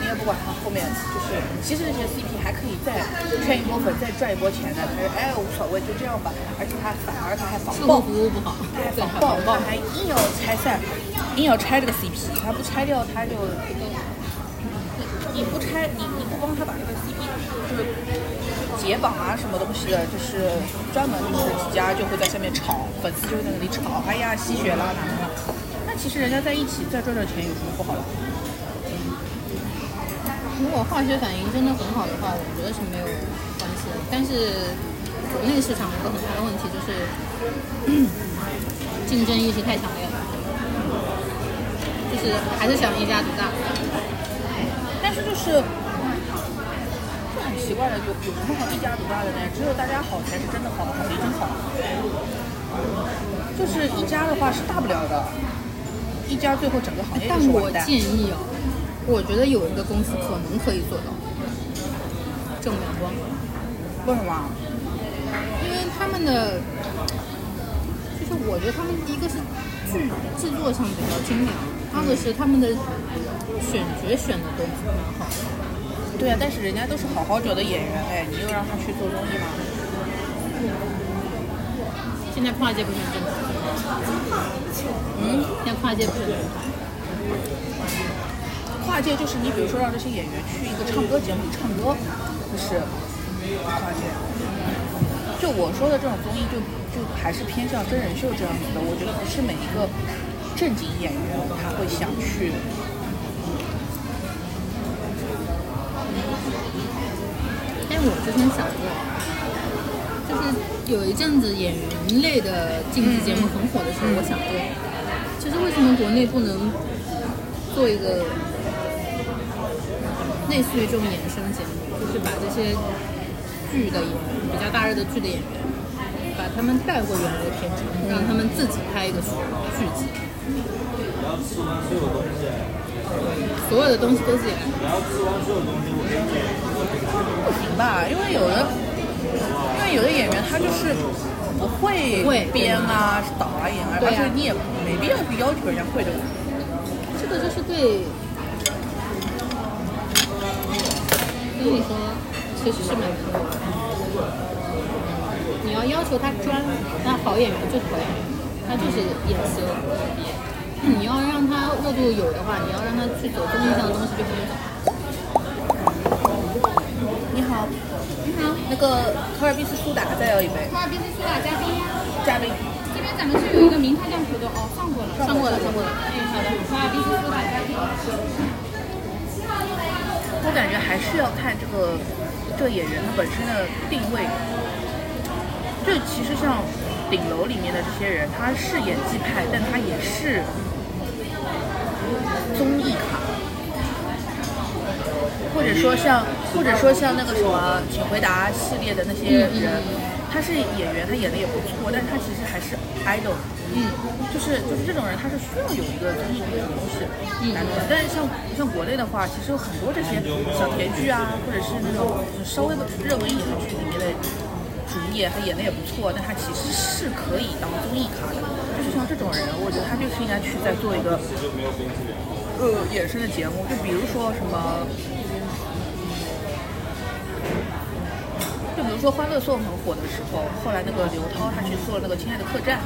Speaker 3: 你也不管它后面就是其实这些 CP 还可以再圈一波粉再赚一波钱的，但是哎无所谓就这样吧，而且他反而他还防
Speaker 2: 售后
Speaker 3: 爆。
Speaker 2: 服务不好，
Speaker 3: 他还
Speaker 2: 对，
Speaker 3: 防
Speaker 2: 很
Speaker 3: 爆，
Speaker 2: 防
Speaker 3: 他
Speaker 2: 爆。
Speaker 3: 还硬要拆散，硬要拆这个 CP，他不拆掉他就，嗯你不拆你你不帮他把这个 CP 就是解绑啊什么东西的，就是专门就是几家就会在下面吵，粉丝就会在那里吵，哎呀吸血啦哪哪哪，那其实人家在一起再赚赚钱有什么不好的？
Speaker 2: 如果化学反应真的很好的话，我觉得是没有关系的。但是国内市场有个很大的问题就是，竞争意识太强烈了，就是还是想一家独大。
Speaker 3: 但是就是。就很奇怪的，有有什么好一家独大的呢？只有大家好才是真的好，好没真好。就是一家的话是大不了的，一家最后整个行业
Speaker 2: 哎但
Speaker 3: 就是
Speaker 2: 我
Speaker 3: 完蛋。
Speaker 2: 建议哦，我觉得有一个公司可能可以做到正阳光，
Speaker 3: 为什么？
Speaker 2: 因为他们的就是我觉得他们一个是制制作上比较精良，二个是他们的选角选的都蛮好的。
Speaker 3: 对啊，但是人家都是好好者的演员，哎，你又让他去做综艺吗？
Speaker 2: 现在跨界不是很正常，
Speaker 3: 嗯，
Speaker 2: 现在跨界不是很正常。
Speaker 3: 跨界就是你比如说让这些演员去一个唱歌节目里唱歌，就是跨界。就我说的这种综艺就，就还是偏向真人秀这样子的。我觉得不是每一个正经演员他会想去。
Speaker 2: 但哎我之前想过，就是有一阵子演员类的竞技节目很火的时候，我想过，其实为什么国内不能做一个类似于这种衍生节目，就是把这些剧的演员，比较大热的剧的演员，把他们带回原来的片场，让他们自己拍一个剧剧集。所有的东西都自己来，
Speaker 3: 不行吧，因为有的，因为有的演员他就是不会
Speaker 2: 不会
Speaker 3: 编啊、导啊、演啊，
Speaker 2: 对
Speaker 3: 而
Speaker 2: 啊
Speaker 3: 且你也没必要去要求人家会这个。
Speaker 2: 这个就是对，跟你说，其实是蛮苛刻的。你要要求他专，那好演员就是好演员，他就是演戏了。你要让他热度有的话，你要让他去走综艺上的东西就不能走。
Speaker 3: 你好，
Speaker 4: 你好，
Speaker 3: 那个可尔必斯苏打再要一杯，
Speaker 4: 土耳其是苏打加冰呀。
Speaker 3: 加杯。
Speaker 4: 这边咱们是有一个名菜酱土豆哦，上过了，
Speaker 2: 上过了，上过了。
Speaker 4: 哎，好的，土耳其是苏打加冰。
Speaker 3: 我感觉还是要看这个这个演员他本身的定位。就其实像顶楼里面的这些人，他是演技派，但他也是综艺咖，或者说像或者说像那个什么《请回答》系列的那些
Speaker 2: 嗯
Speaker 3: 人，他是演员，他演的也不错，但是他其实还是 idol。
Speaker 2: 嗯，
Speaker 3: 就是就是这种人，他是需要有一个综艺里面的东西
Speaker 2: 嗯
Speaker 3: 来弄的。但是像像国内的话，其实有很多这些小甜剧啊，或者是那种稍微的热文影视剧里面的主演，他演的也不错，但他其实是可以当综艺咖的。就是像这种人，我觉得他就是应该去再做一个呃衍生的节目，就比如说什么。就比如说《欢乐颂》很火的时候，后来那个刘涛他去做了那个《亲爱的客栈》，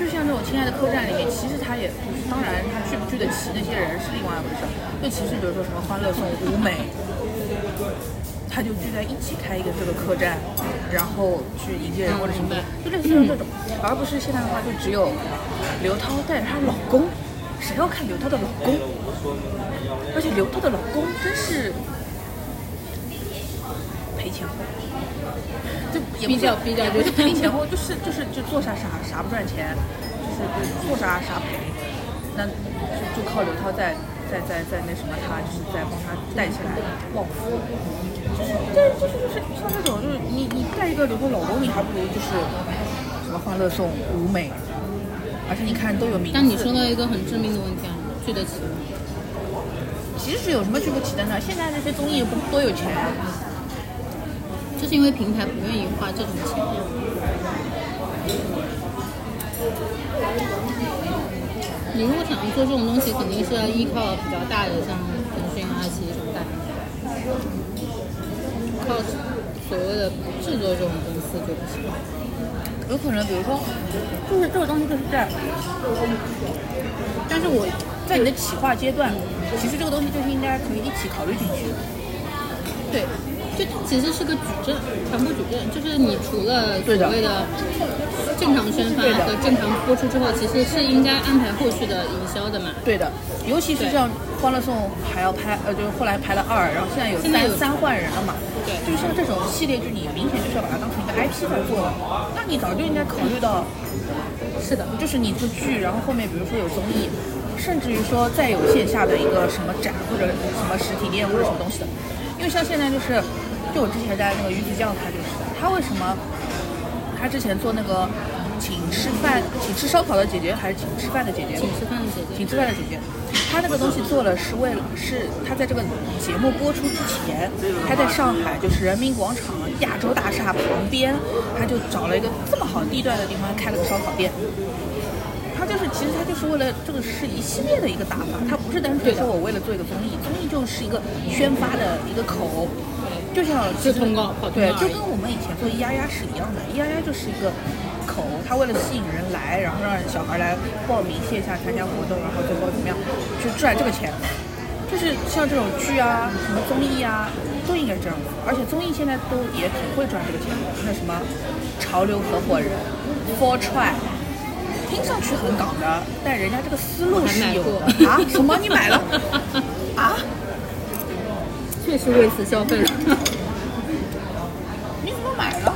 Speaker 3: 就像这种《亲爱的客栈》里面，其实他也就是，当然他聚不聚得齐那些人是另外一回事儿。就其实比如说什么《欢乐颂》、舞美，他就聚在一起开一个这个客栈，然后去迎接人或者什么的，就类似于这种，而不是现在的话就只有刘涛带着她老公，谁要看刘涛的老公？而且刘涛的老公真是赔钱货，就也不
Speaker 2: 逼
Speaker 3: 是
Speaker 2: 掉逼掉
Speaker 3: 也不是
Speaker 2: 就是
Speaker 3: 赔钱货，就是就是就做啥啥啥不赚钱，就是就做啥啥赔，那就就靠刘涛在在在在那什么他，就是在帮他带起来旺夫。但是就是就是像这种，就是你你带一个留个老公，你还不如就是什么欢乐颂、舞美，而且你看都有名字。
Speaker 2: 但你说到一个很致命的问题啊，聚得齐吗？
Speaker 3: 其实有什么去不起的呢？现在这些综艺不多有钱啊，
Speaker 2: 就是因为平台不愿意花这种钱。你如果想要做这种东西，肯定是要啊依靠比较大的，像腾讯、啊、爱奇艺这种大平台，靠所谓的制作这种公司就不行。
Speaker 3: 有可能比如说，就是这个东西就是这样。但是我在你的企划阶段，其实这个东西就是应该可以一起考虑进去。
Speaker 2: 对，就它其实是个矩阵，传播矩阵，就是你除了所
Speaker 3: 对的
Speaker 2: 谓的正常宣
Speaker 3: 对的
Speaker 2: 发和正常播出之后，其实是应该安排后续的营销的嘛。
Speaker 3: 对的，尤其是像《欢乐颂》还要拍，呃，就是后来拍了二，然后现在有
Speaker 2: 现在
Speaker 3: 三
Speaker 2: 有
Speaker 3: 三换人了嘛。
Speaker 2: 对
Speaker 3: 就是像这种系列剧，你明显就是要把它当成一个 IP 在做的，那你早就应该考虑到，
Speaker 2: 是的，
Speaker 3: 就是你做剧，然后后面比如说有综艺，甚至于说再有线下的一个什么展或者什么实体店或者什么东西的，因为像现在就是就我之前在那个鱼子酱，他就是的他为什么他之前做那个请吃饭请吃烧烤的姐姐，还是请吃饭的姐姐？
Speaker 2: 请吃饭的姐姐
Speaker 3: 请吃饭的姐姐，她那个东西做了是为了是她在这个节目播出之前，她在上海就是人民广场亚洲大厦旁边，她就找了一个这么好地段的地方开了个烧烤店。她就是，其实她就是为了这个是一系列的一个打法，她不是单纯说我为了做一个综艺，综艺就是一个宣发的一个口，就像
Speaker 2: 就通告跑通
Speaker 3: 对
Speaker 2: 告，
Speaker 3: 就
Speaker 2: 而已
Speaker 3: 跟我们以前做咿呀呀是一样的，咿呀呀就是一个口，他为了吸引人来，然后让小孩来报名线下参加活动，然后最后怎么样去赚这个钱，就是像这种剧啊、什么综艺啊，都应该这样的。而且综艺现在都也挺会赚这个钱的，那什么潮流合伙人、Four Try。听上去很港的，但人家这个思路
Speaker 2: 我还
Speaker 3: 是
Speaker 2: 买
Speaker 3: 有
Speaker 2: 过
Speaker 3: 的啊！什么？你买 了啊？
Speaker 2: 确实为此消费 了。
Speaker 3: 你怎么买了？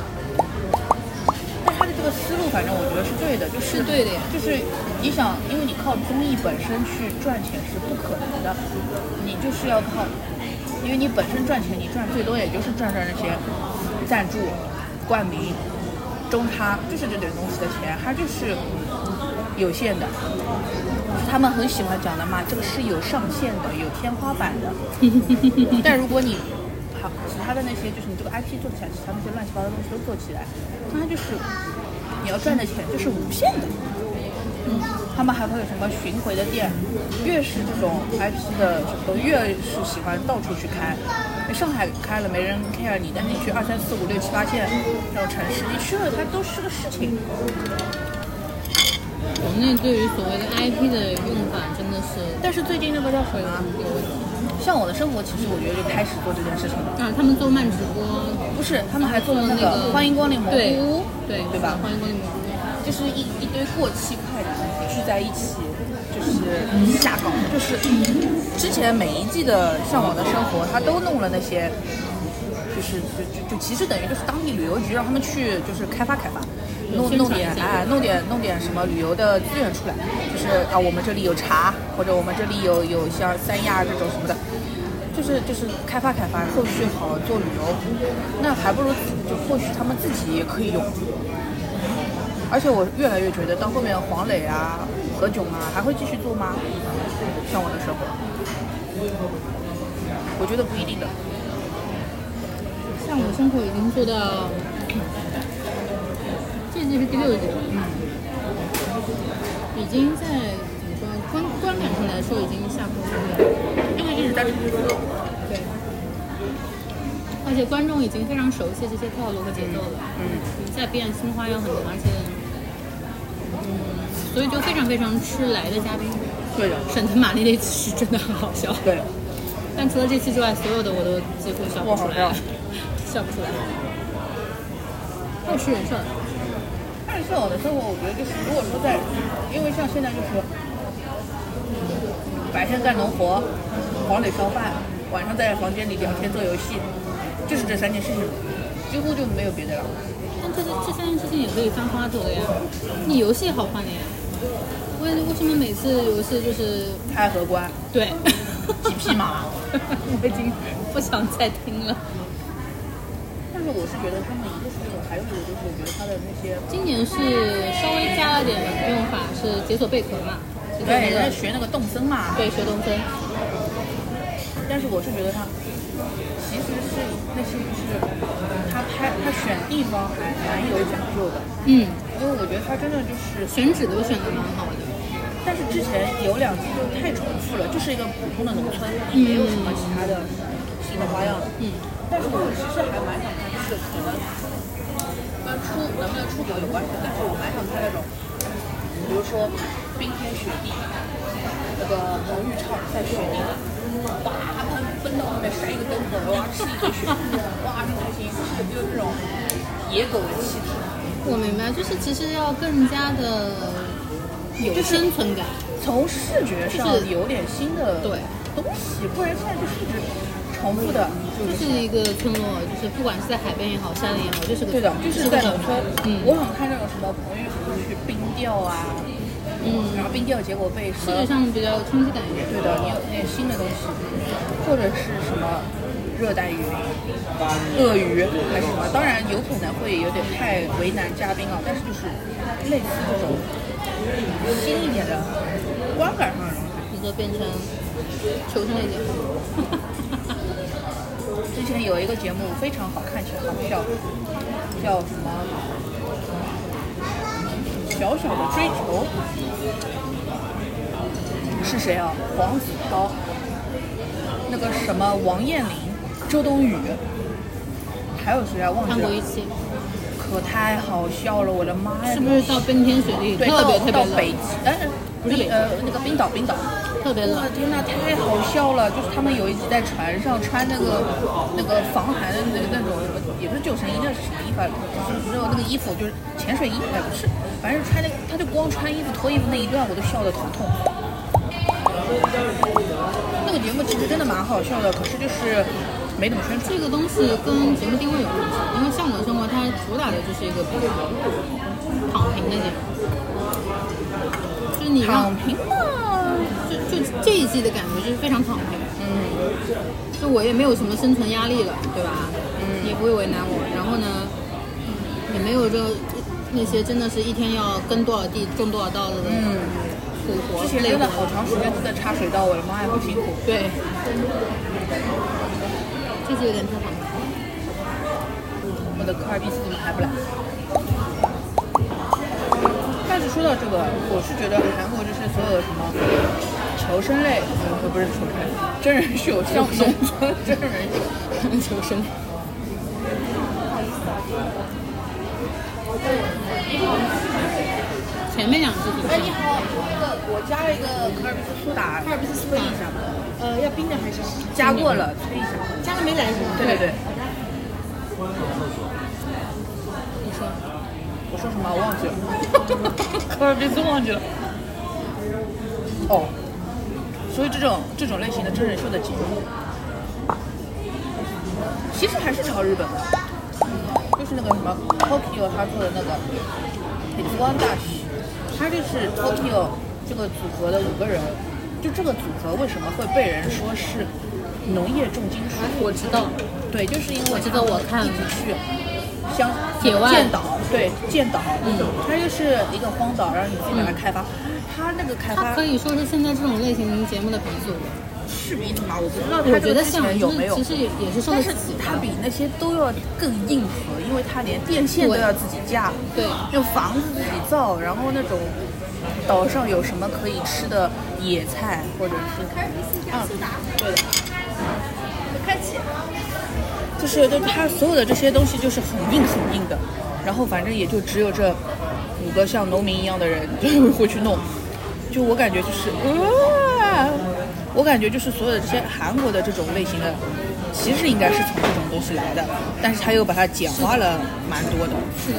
Speaker 3: 但他的这个思路，反正我觉得是对的，就是
Speaker 2: 是对的呀
Speaker 3: 就是你想，因为你靠综艺本身去赚钱是不可能的，你就是要靠，因为你本身赚钱，你赚最多也就是赚赚那些赞助、冠名、中差，就是这点东西的钱，它就是有限的。他们很喜欢讲的嘛，这个是有上限的，有天花板的。但如果你好，其他的那些就是你这个 IP 做不下去，他那些乱七八糟的东西都做起来，那它就是你要赚的钱就是无限的。嗯，他们还会有什么巡回的店，越是这种 IP 的都越是喜欢到处去开。上海开了没人 care 你，但是你去二三四五六七八线这种城市，你去了它都是个事情。
Speaker 2: 国内对于所谓的 IP 的用法真的是
Speaker 3: 但是最近那个叫什
Speaker 2: 会有
Speaker 3: 么？
Speaker 2: 有问题。
Speaker 3: 像我的生活，其实我觉得就开始做这件事情了。
Speaker 2: 啊，他们做慢直播，
Speaker 3: 不是，他们还做了那
Speaker 2: 然后那
Speaker 3: 个
Speaker 2: 个
Speaker 3: 欢迎光临蘑
Speaker 2: 对
Speaker 3: 菇屋，
Speaker 2: 对
Speaker 3: 对吧
Speaker 2: 欢迎光临蘑菇。
Speaker 3: 就是一一堆过期快递聚在一起，就是瞎搞。就是之前每一季的《向往的生活》，他都弄了那些，就是就就就其实等于就是当地旅游局让他们去就是开发开发，弄
Speaker 2: 宣传
Speaker 3: 弄点
Speaker 2: 一下
Speaker 3: 哎弄点弄点什么旅游的资源出来，就是啊我们这里有茶，或者我们这里有有像三亚这种什么的。就是就是开发开发，后续好做旅游，那还不如就或许他们自己也可以用，而且我越来越觉得，到后面黄磊啊、何炅啊，还会继续做吗？像我的生活，我觉得不一定的。
Speaker 2: 像我生活已经做到，这季是第六季了，嗯已经在怎么说观观感上来说已经下坡了，
Speaker 3: 因为一直在重复，
Speaker 2: 对，而且观众已经非常熟悉这些套路和节奏了，
Speaker 3: 嗯，
Speaker 2: 你再变新花样很难，而且，嗯，所以就非常非常吃来的嘉宾。
Speaker 3: 对的，
Speaker 2: 沈腾马丽那期是真的很好笑，
Speaker 3: 对的，
Speaker 2: 但除了这期之外，所有的我都几乎笑不出来
Speaker 3: 我好
Speaker 2: 了， 笑不出来。还有吃人事儿，
Speaker 3: 但是像我的生活，我觉得就是，如果说在，因为像现在就是白天干农活，黄磊烧饭，晚上在房间里聊天做游戏，就是这三件事情，几乎就没有别的了。
Speaker 2: 但这这三件事情也可以翻花头的呀。你游戏好换的呀，为为什么每次游戏就是
Speaker 3: 开荷 官，
Speaker 2: 对？
Speaker 3: 几匹 马。
Speaker 2: 我已经不想再听了。
Speaker 3: 但是我是觉得他们一个是这种，还有一个就是我觉得他的那些
Speaker 2: 今年是稍微加了点用法，是解锁贝壳嘛，解锁那
Speaker 3: 对，在
Speaker 2: 个
Speaker 3: 学那个动森嘛。
Speaker 2: 对学东森，
Speaker 3: 但是我是觉得他其实是那些就是他拍他选地方还蛮有讲究的，
Speaker 2: 嗯，
Speaker 3: 因为我觉得他真的就是，
Speaker 2: 选址都选的蛮好的，
Speaker 3: 但是之前有两次就太重复了，就是一个普通的农村，没有什么其他的新的花样。
Speaker 2: 嗯。
Speaker 3: 但是我其实还蛮想看，就是可能跟出能不能出国有关系，但是我蛮想看那种，比如说冰天雪地，那个彭昱畅在雪地，哇，奔奔到外面扇一个灯火，哇，吃一堆雪，哇，真开心，就是就是这种野狗的气质。
Speaker 2: 我明白，就是其实要更加的有生存感，
Speaker 3: 从视觉上
Speaker 2: 就是
Speaker 3: 有点新的
Speaker 2: 对
Speaker 3: 东西，不然现在就是一直重复的，就
Speaker 2: 就是一个村落，就是不管是在海边也好，山里也好，就是个
Speaker 3: 对的，就是在
Speaker 2: 个
Speaker 3: 农村。
Speaker 2: 嗯，
Speaker 3: 我想看那种什么彭昱畅去冰钓啊，然
Speaker 2: 嗯，
Speaker 3: 后冰钓结果被什
Speaker 2: 视觉
Speaker 3: 么？
Speaker 2: 上比较有冲击感一点。
Speaker 3: 对的，你有点新的东西，或者是什么热带鱼、鳄鱼还是什么，当然有可能会有点太为难嘉宾啊，但是就是类似这种新一点的观感上的东西。
Speaker 2: 你就变成求生类节目。
Speaker 3: 之前有一个节目非常好看，且好笑，叫什么？小小的追求是谁啊？黄子韬，那个什么王彦霖、周冬雨，还有谁啊？忘
Speaker 2: 看
Speaker 3: 记
Speaker 2: 过
Speaker 3: 了
Speaker 2: 一。期，
Speaker 3: 可太好笑了，我的妈呀！
Speaker 2: 是不是到冰天雪地，
Speaker 3: 对
Speaker 2: 特别
Speaker 3: 到
Speaker 2: 特别
Speaker 3: 到
Speaker 2: 冷，
Speaker 3: 北极？哎，
Speaker 2: 不是北
Speaker 3: 冰
Speaker 2: 极
Speaker 3: 呃那个冰岛冰岛。
Speaker 2: 特别冷
Speaker 3: 我。天呐，太好笑了！就是他们有一集在船上穿那个那个防寒的那那种，也不是救生衣，那是什么衣服啊？就是那种那个衣服，就是潜水衣，哎不是，反正穿那个，他就光穿衣服脱衣服那一段，我都笑得头痛。那个节目其实真的蛮好笑的，可是就是没怎么宣传。
Speaker 2: 这个东西跟节目定位有关系，因为《向往的生活》它主打的就是一个比较躺平的节目，就是你让
Speaker 3: 躺平嘛，
Speaker 2: 就就这一季的感觉就是非常躺平，嗯，就我也没有什么生存压力了，对吧？嗯，也不会为难我，然后呢，也没有这个那些真的是一天要耕多少地、种多少稻子的
Speaker 5: 嗯
Speaker 2: 苦活
Speaker 3: 嗯之前
Speaker 2: 累
Speaker 3: 真的
Speaker 2: 活，
Speaker 3: 好长时间都在插水道，我的妈呀，好辛苦。
Speaker 2: 对，就是有点太躺平。
Speaker 3: 我的科尔必斯怎么还不来？但是说到这个，我是觉得韩国就是所有的什么求生类，呃，不是求生，真人秀，像农村真人秀，
Speaker 2: 求生。前面两只挺
Speaker 5: 哎
Speaker 2: 像，
Speaker 3: 好，那个我加了一个科尔必斯苏打，科尔必斯苏打一下吧，
Speaker 5: 呃，要冰的还是
Speaker 3: 加过了，推一下。
Speaker 5: 加了没来是吗？
Speaker 3: 对对对。你说，我说什么？我忘记了，科尔必斯忘记了。哦，所以这种这种类型的真人秀的节目，其实还是朝日本的，就是那个什么 Tokyo 他做的那个 It's One Dash，他就是 Tokyo 这个组合的五个人，就这个组合为什么会被人说是农业重金属？
Speaker 2: 我知道，
Speaker 3: 对，就是因为
Speaker 2: 我记得我看
Speaker 3: 一直去香
Speaker 2: 铁腕
Speaker 3: 建岛，对建岛，
Speaker 2: 嗯
Speaker 3: 它就是一个荒岛，然后你自己把它开发，它那个开
Speaker 2: 它
Speaker 3: 发
Speaker 2: 可以说是现在这种类型节目的鼻祖。
Speaker 3: 是比什么？我不知道
Speaker 2: 我
Speaker 3: 它这
Speaker 2: 觉
Speaker 3: 个
Speaker 2: 得
Speaker 3: 之
Speaker 2: 像
Speaker 3: 前有没有
Speaker 2: 其，实也也是受
Speaker 3: 但
Speaker 2: 得
Speaker 3: 是
Speaker 2: 起
Speaker 3: 它比那些都要更硬核，因为它连电线都
Speaker 2: 对
Speaker 3: 要自己架，
Speaker 2: 对
Speaker 3: 用房子自己造，然后那种岛上有什么可以吃的野菜或者是啊
Speaker 4: 可尔必斯加苏打，
Speaker 3: 对的。
Speaker 4: 不客气。
Speaker 3: 就是就它所有的这些东西就是很硬很硬的，然后反正也就只有这五个像农民一样的人就会去弄，就我感觉就是，啊，我感觉就是所有的这些韩国的这种类型的，其实应该是从这种东西来的，但是他又把它简化了蛮多的。
Speaker 2: 是的，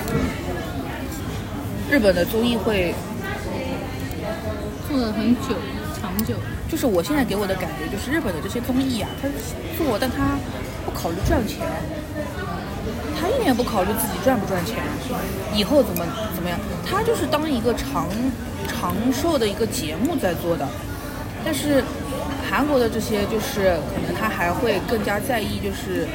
Speaker 3: 日本的综艺会，
Speaker 2: 做了很久，长久。
Speaker 3: 就是我现在给我的感觉就是日本的这些综艺啊，它做但它不考虑赚钱。他一点也不考虑自己赚不赚钱，以后怎么怎么样，他就是当一个长长寿的一个节目在做的。但是韩国的这些就是可能他还会更加在意就是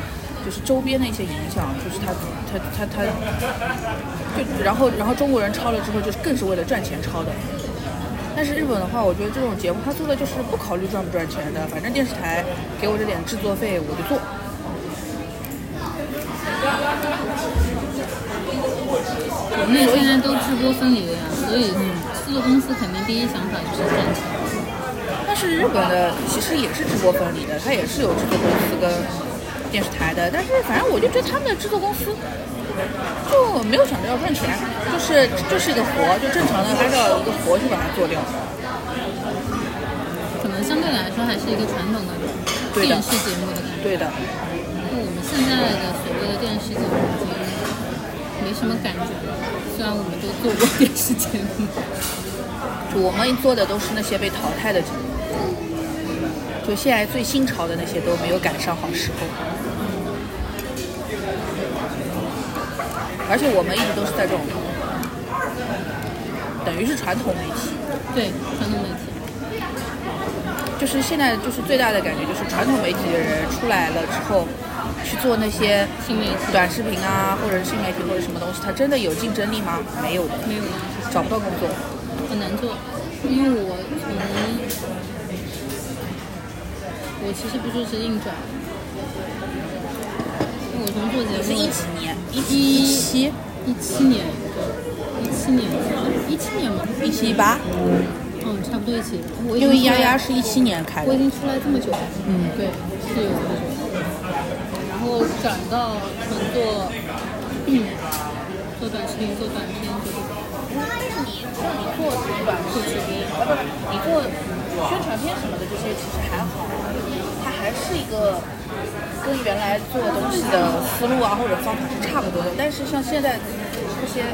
Speaker 3: 就是周边的一些影响，就是他他他他就然后然后中国人抄了之后就是更是为了赚钱抄的。但是日本的话，我觉得这种节目他做的就是不考虑赚不赚钱的，反正电视台给我这点制作费我就做。
Speaker 2: 国内现在都直播分离了呀，所以
Speaker 3: 嗯
Speaker 2: 制作公司肯定第一想法就是赚钱。
Speaker 3: 但是日本的其实也是直播分离的，它也是有制作公司跟电视台的。但是反正我就觉得他们的制作公司就没有想着要赚钱，就是就是一个活，就正常的按照一个活去把它做掉。
Speaker 2: 可能相对来说还是一个传统的
Speaker 3: 对的
Speaker 2: 电视节目的感觉。
Speaker 3: 对的，
Speaker 2: 就我们现在的所谓的电视节目已经没什么感觉了，虽然我们都做过 电视节目，
Speaker 3: 就我们做的都是那些被淘汰的节目，就现在最新潮的那些都没有赶上好时候。而且我们一直都是在这种，等于是传统媒体。
Speaker 2: 对传统媒体。
Speaker 3: 就是现在就是最大的感觉就是传统媒体的人出来了之后，去做那些
Speaker 2: 新媒体
Speaker 3: 短视频啊，或者是新媒体或者什么东西，它真的有竞争力吗？没有的，
Speaker 2: 没有的，
Speaker 3: 找不到工作。
Speaker 2: 很难做，因为我从我其实不支持硬转，因为我从做节目
Speaker 3: 是一几年？一
Speaker 2: 一
Speaker 3: 七、
Speaker 2: 一七年，一七年，一七年吧，
Speaker 3: 一七一八，
Speaker 2: 嗯，差不多一起。我已
Speaker 3: 因
Speaker 2: 经
Speaker 3: 为丫
Speaker 2: 出来
Speaker 3: 丫是一七年开
Speaker 2: 我
Speaker 3: 的
Speaker 2: 已。经出来这么久了，嗯，对，是有这么久了。然后转到纯做，嗯，做短视频、做短片，就是
Speaker 5: 那你那你做短视频，啊不是你做宣传片什么的这些其实还好，它还是一个
Speaker 3: 跟原来做东西的思路啊或者方法是差不多的，但是像现在这些，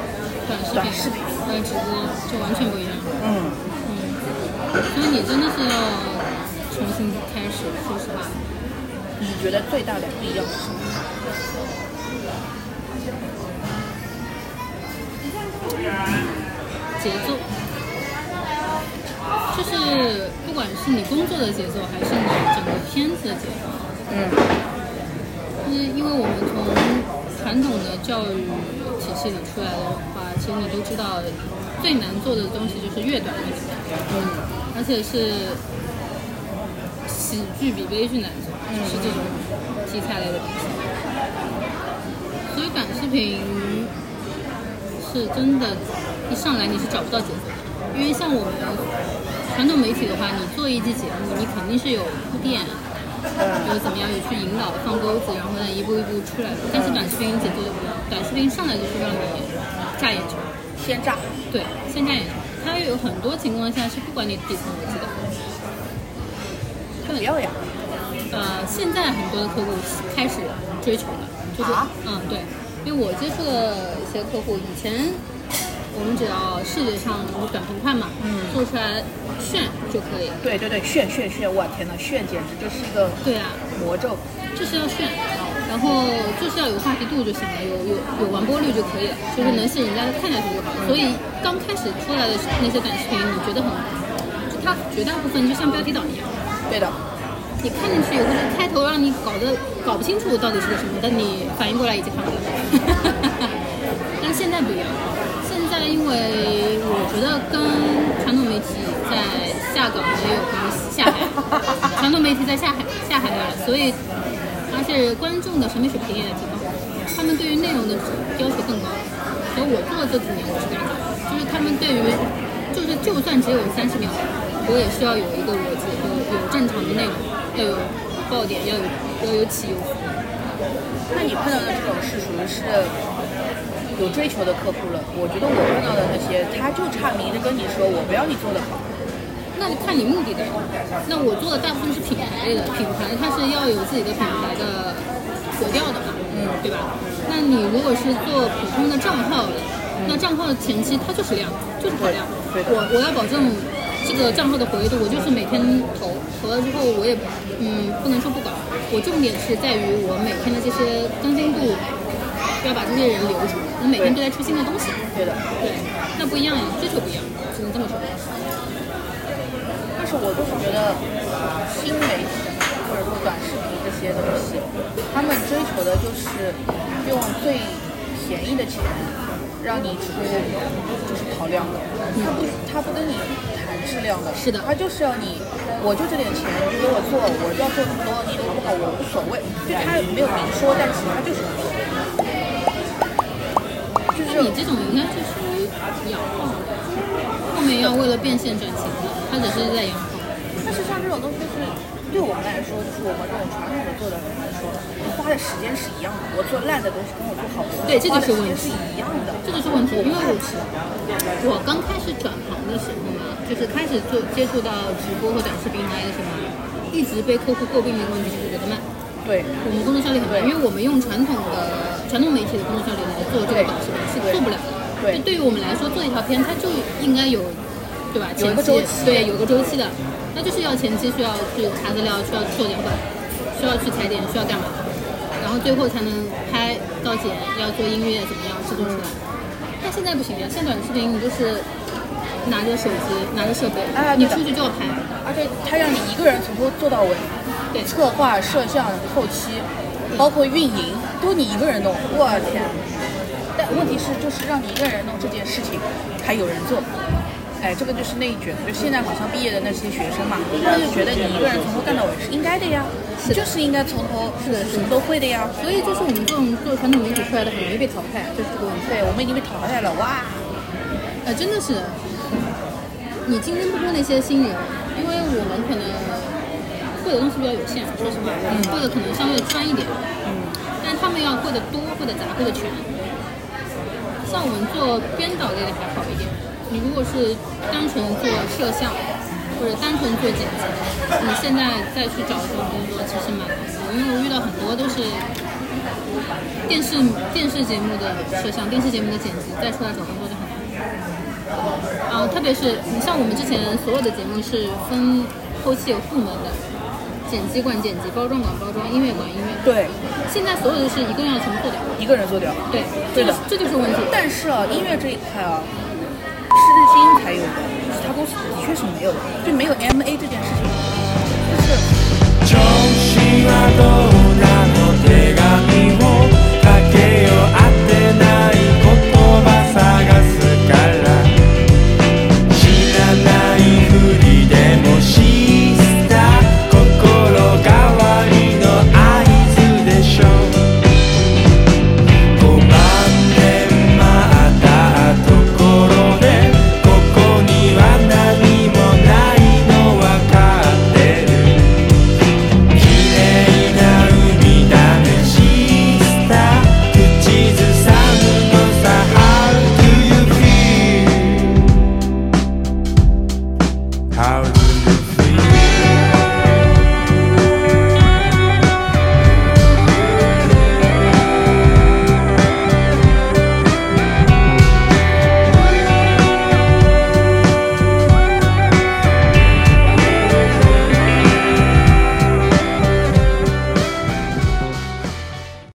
Speaker 2: 短视频，
Speaker 3: 短视频
Speaker 2: 还有直播，就完全不一样。嗯
Speaker 3: 嗯，
Speaker 2: 所以你真的是要重新开始，说实话，
Speaker 3: 你觉得最大的不一样是什么？
Speaker 2: 节奏，就是不管是你工作的节奏，还是你整个片子的节奏，
Speaker 3: 嗯
Speaker 2: 因因为我们从传统的教育体系里出来的话，其实你都知道，最难做的东西就是越短越好，而且是喜剧比悲剧难做，就是这种题材类的东西。所以短视频是真的，一上来你是找不到节奏的，因为像我们传统媒体的话，你做一季节目，你肯定是有铺垫。啊有怎么样有去引导放钩子，然后呢一步一步出来的。但是短视频节奏就不一样，短视频上来就是让你炸眼球，
Speaker 3: 先炸，
Speaker 2: 对，先炸眼球。它有很多情况下是不管你底层逻辑的，
Speaker 3: 不要呀，
Speaker 2: 呃，现在很多的客户开始追求了，就是、
Speaker 3: 啊
Speaker 2: 嗯对，因为我接触的一些客户，以前我们只要视觉上我们短平快嘛，嗯，做出来炫就可以，
Speaker 3: 对对对，炫炫炫，我天呐，炫简直就是一个
Speaker 2: 对啊，
Speaker 3: 魔咒。
Speaker 2: 就是要炫，然后就是要有话题度就行了，有有有完播率就可以了，就是能吸引人家看下去就好了。所以刚开始出来的那些短视频，你觉得很，就它绝大部分就像标题党一样，
Speaker 3: 对的，
Speaker 2: 你看进去以后，就开头让你搞得搞不清楚到底是个什么，但你反应过来已经看完了。 但现在不一样，现在因为我觉得跟传统媒体在下岗也有关系，下海，传统媒体在下海下海了，所以而且观众的审美水平也在提高，他们对于内容的要求更高。所以我做这几年我是感觉，就是他们对于，就是就算只有三十秒，我也需要有一个逻辑，有有正常的内容，要有爆点，要有要有起有伏。
Speaker 3: 那你碰到的这种是属于是有追求的客户了。我觉得我碰到的那些，他就差明着跟你说我不要你做的好，
Speaker 2: 那就看你目的的。那我做的大部分是品牌类的，品牌它是要有自己的品牌的格调的嘛，嗯，对吧？那你如果是做普通的账号的，那账号的前期它就是量，就是跑量。
Speaker 3: 对对
Speaker 2: 我我要保证这个账号的活跃度，我就是每天投，投了之后我也嗯不能说不管，我重点是在于我每天的这些更新度，要把这些人留住，我每天都在出新的东西。
Speaker 3: 对的。
Speaker 2: 对，那不一样呀，追求不一样，只能这么说。
Speaker 3: 但是我就是觉得新媒体或者说短视频这些东西，他们追求的就是用最便宜的钱让你出就是跑量的，他不他不跟你谈质量的，
Speaker 2: 是的
Speaker 3: 他就是要你，我就这点钱，你就给我做，我要做这么多，你做不好我无所谓，就他没有明说，但是他就是不做。就是
Speaker 2: 你这种应该是属于养胖，后面要为了变现赚钱的，他只是在养胖。
Speaker 3: 但是像这种东西，就是对我们来说，就是我们这种传统的做的人来说，花的时间是一样的。我做烂的东西跟我做好的东西，
Speaker 2: 对这就是
Speaker 3: 花
Speaker 2: 问
Speaker 3: 的时
Speaker 2: 题
Speaker 3: 间是一样的。
Speaker 2: 这就是问题，因为我我刚开始转行的时候嘛，就是开始做接触到直播和短视频行业的时候，一直被客户诟病的一个问题就是觉得慢，
Speaker 3: 对，
Speaker 2: 我们工作效率很慢，因为我们用传统的传统媒体的工作效率来做这个短视频是做不了的。
Speaker 3: 对
Speaker 2: 就对于我们来说，做一条片它就应该有，对吧？
Speaker 3: 有
Speaker 2: 前
Speaker 3: 一
Speaker 2: 期
Speaker 3: 个周期
Speaker 2: 对，有个周期的，那就是要前期需要去查资料，需要做脚本，需要去踩点，需要干嘛，然后最后才能拍到
Speaker 3: 嗯
Speaker 2: 剪，要做音乐怎么样制作出来。但现在不行呀，现在短视频你就是拿着手机，拿着设备，
Speaker 3: 哎
Speaker 2: 你
Speaker 3: 对的
Speaker 2: 出去就要拍，
Speaker 3: 而且它让你一个人从头做到尾，
Speaker 2: 对
Speaker 3: 策划、摄像、后期，包括运营，都你一个人弄。我天！但问题是，就是让你一个人弄这件事情，还有人做。哎，这个就是内卷，就现在好像毕业的那些学生嘛，他就觉得你一个人从头干到尾是应该的呀，
Speaker 2: 是的
Speaker 3: 就是应该从头
Speaker 2: 是的
Speaker 3: 什
Speaker 2: 是的
Speaker 3: 么都会的呀。
Speaker 2: 所以就是我们这种做传统媒体出来的很容易被淘汰，就是这个问题。
Speaker 3: 对，我们已经被淘汰了，哇！
Speaker 2: 呃，真的是，你竞争不过那些新人，因为我们可能会的东西比较有限，说实话，我们会的可能相对专一点，嗯，但他们要会的多，会的杂，会的全。像我们做编导类的还好一点，你如果是单纯做摄像或者单纯做剪辑，你现在再去找这种工作其实蛮难的，因为我遇到很多都是电视电视节目的摄像、电视节目的剪辑，再出来找工作就很难。啊，特别是你像我们之前所有的节目是分后期有部门的，剪辑管剪辑，包装管包装，音乐管音乐。
Speaker 3: 对，
Speaker 2: 现在所有的事一个人要全部做掉。
Speaker 3: 一个人做掉。
Speaker 2: 对，
Speaker 3: 对
Speaker 2: 这
Speaker 3: 的
Speaker 2: 个这就是问题。
Speaker 3: 但是啊，音乐这一块啊，是日新才有的，就是他公司的确是没有的，就没有 M A 这件事情，就是
Speaker 6: 中心而动。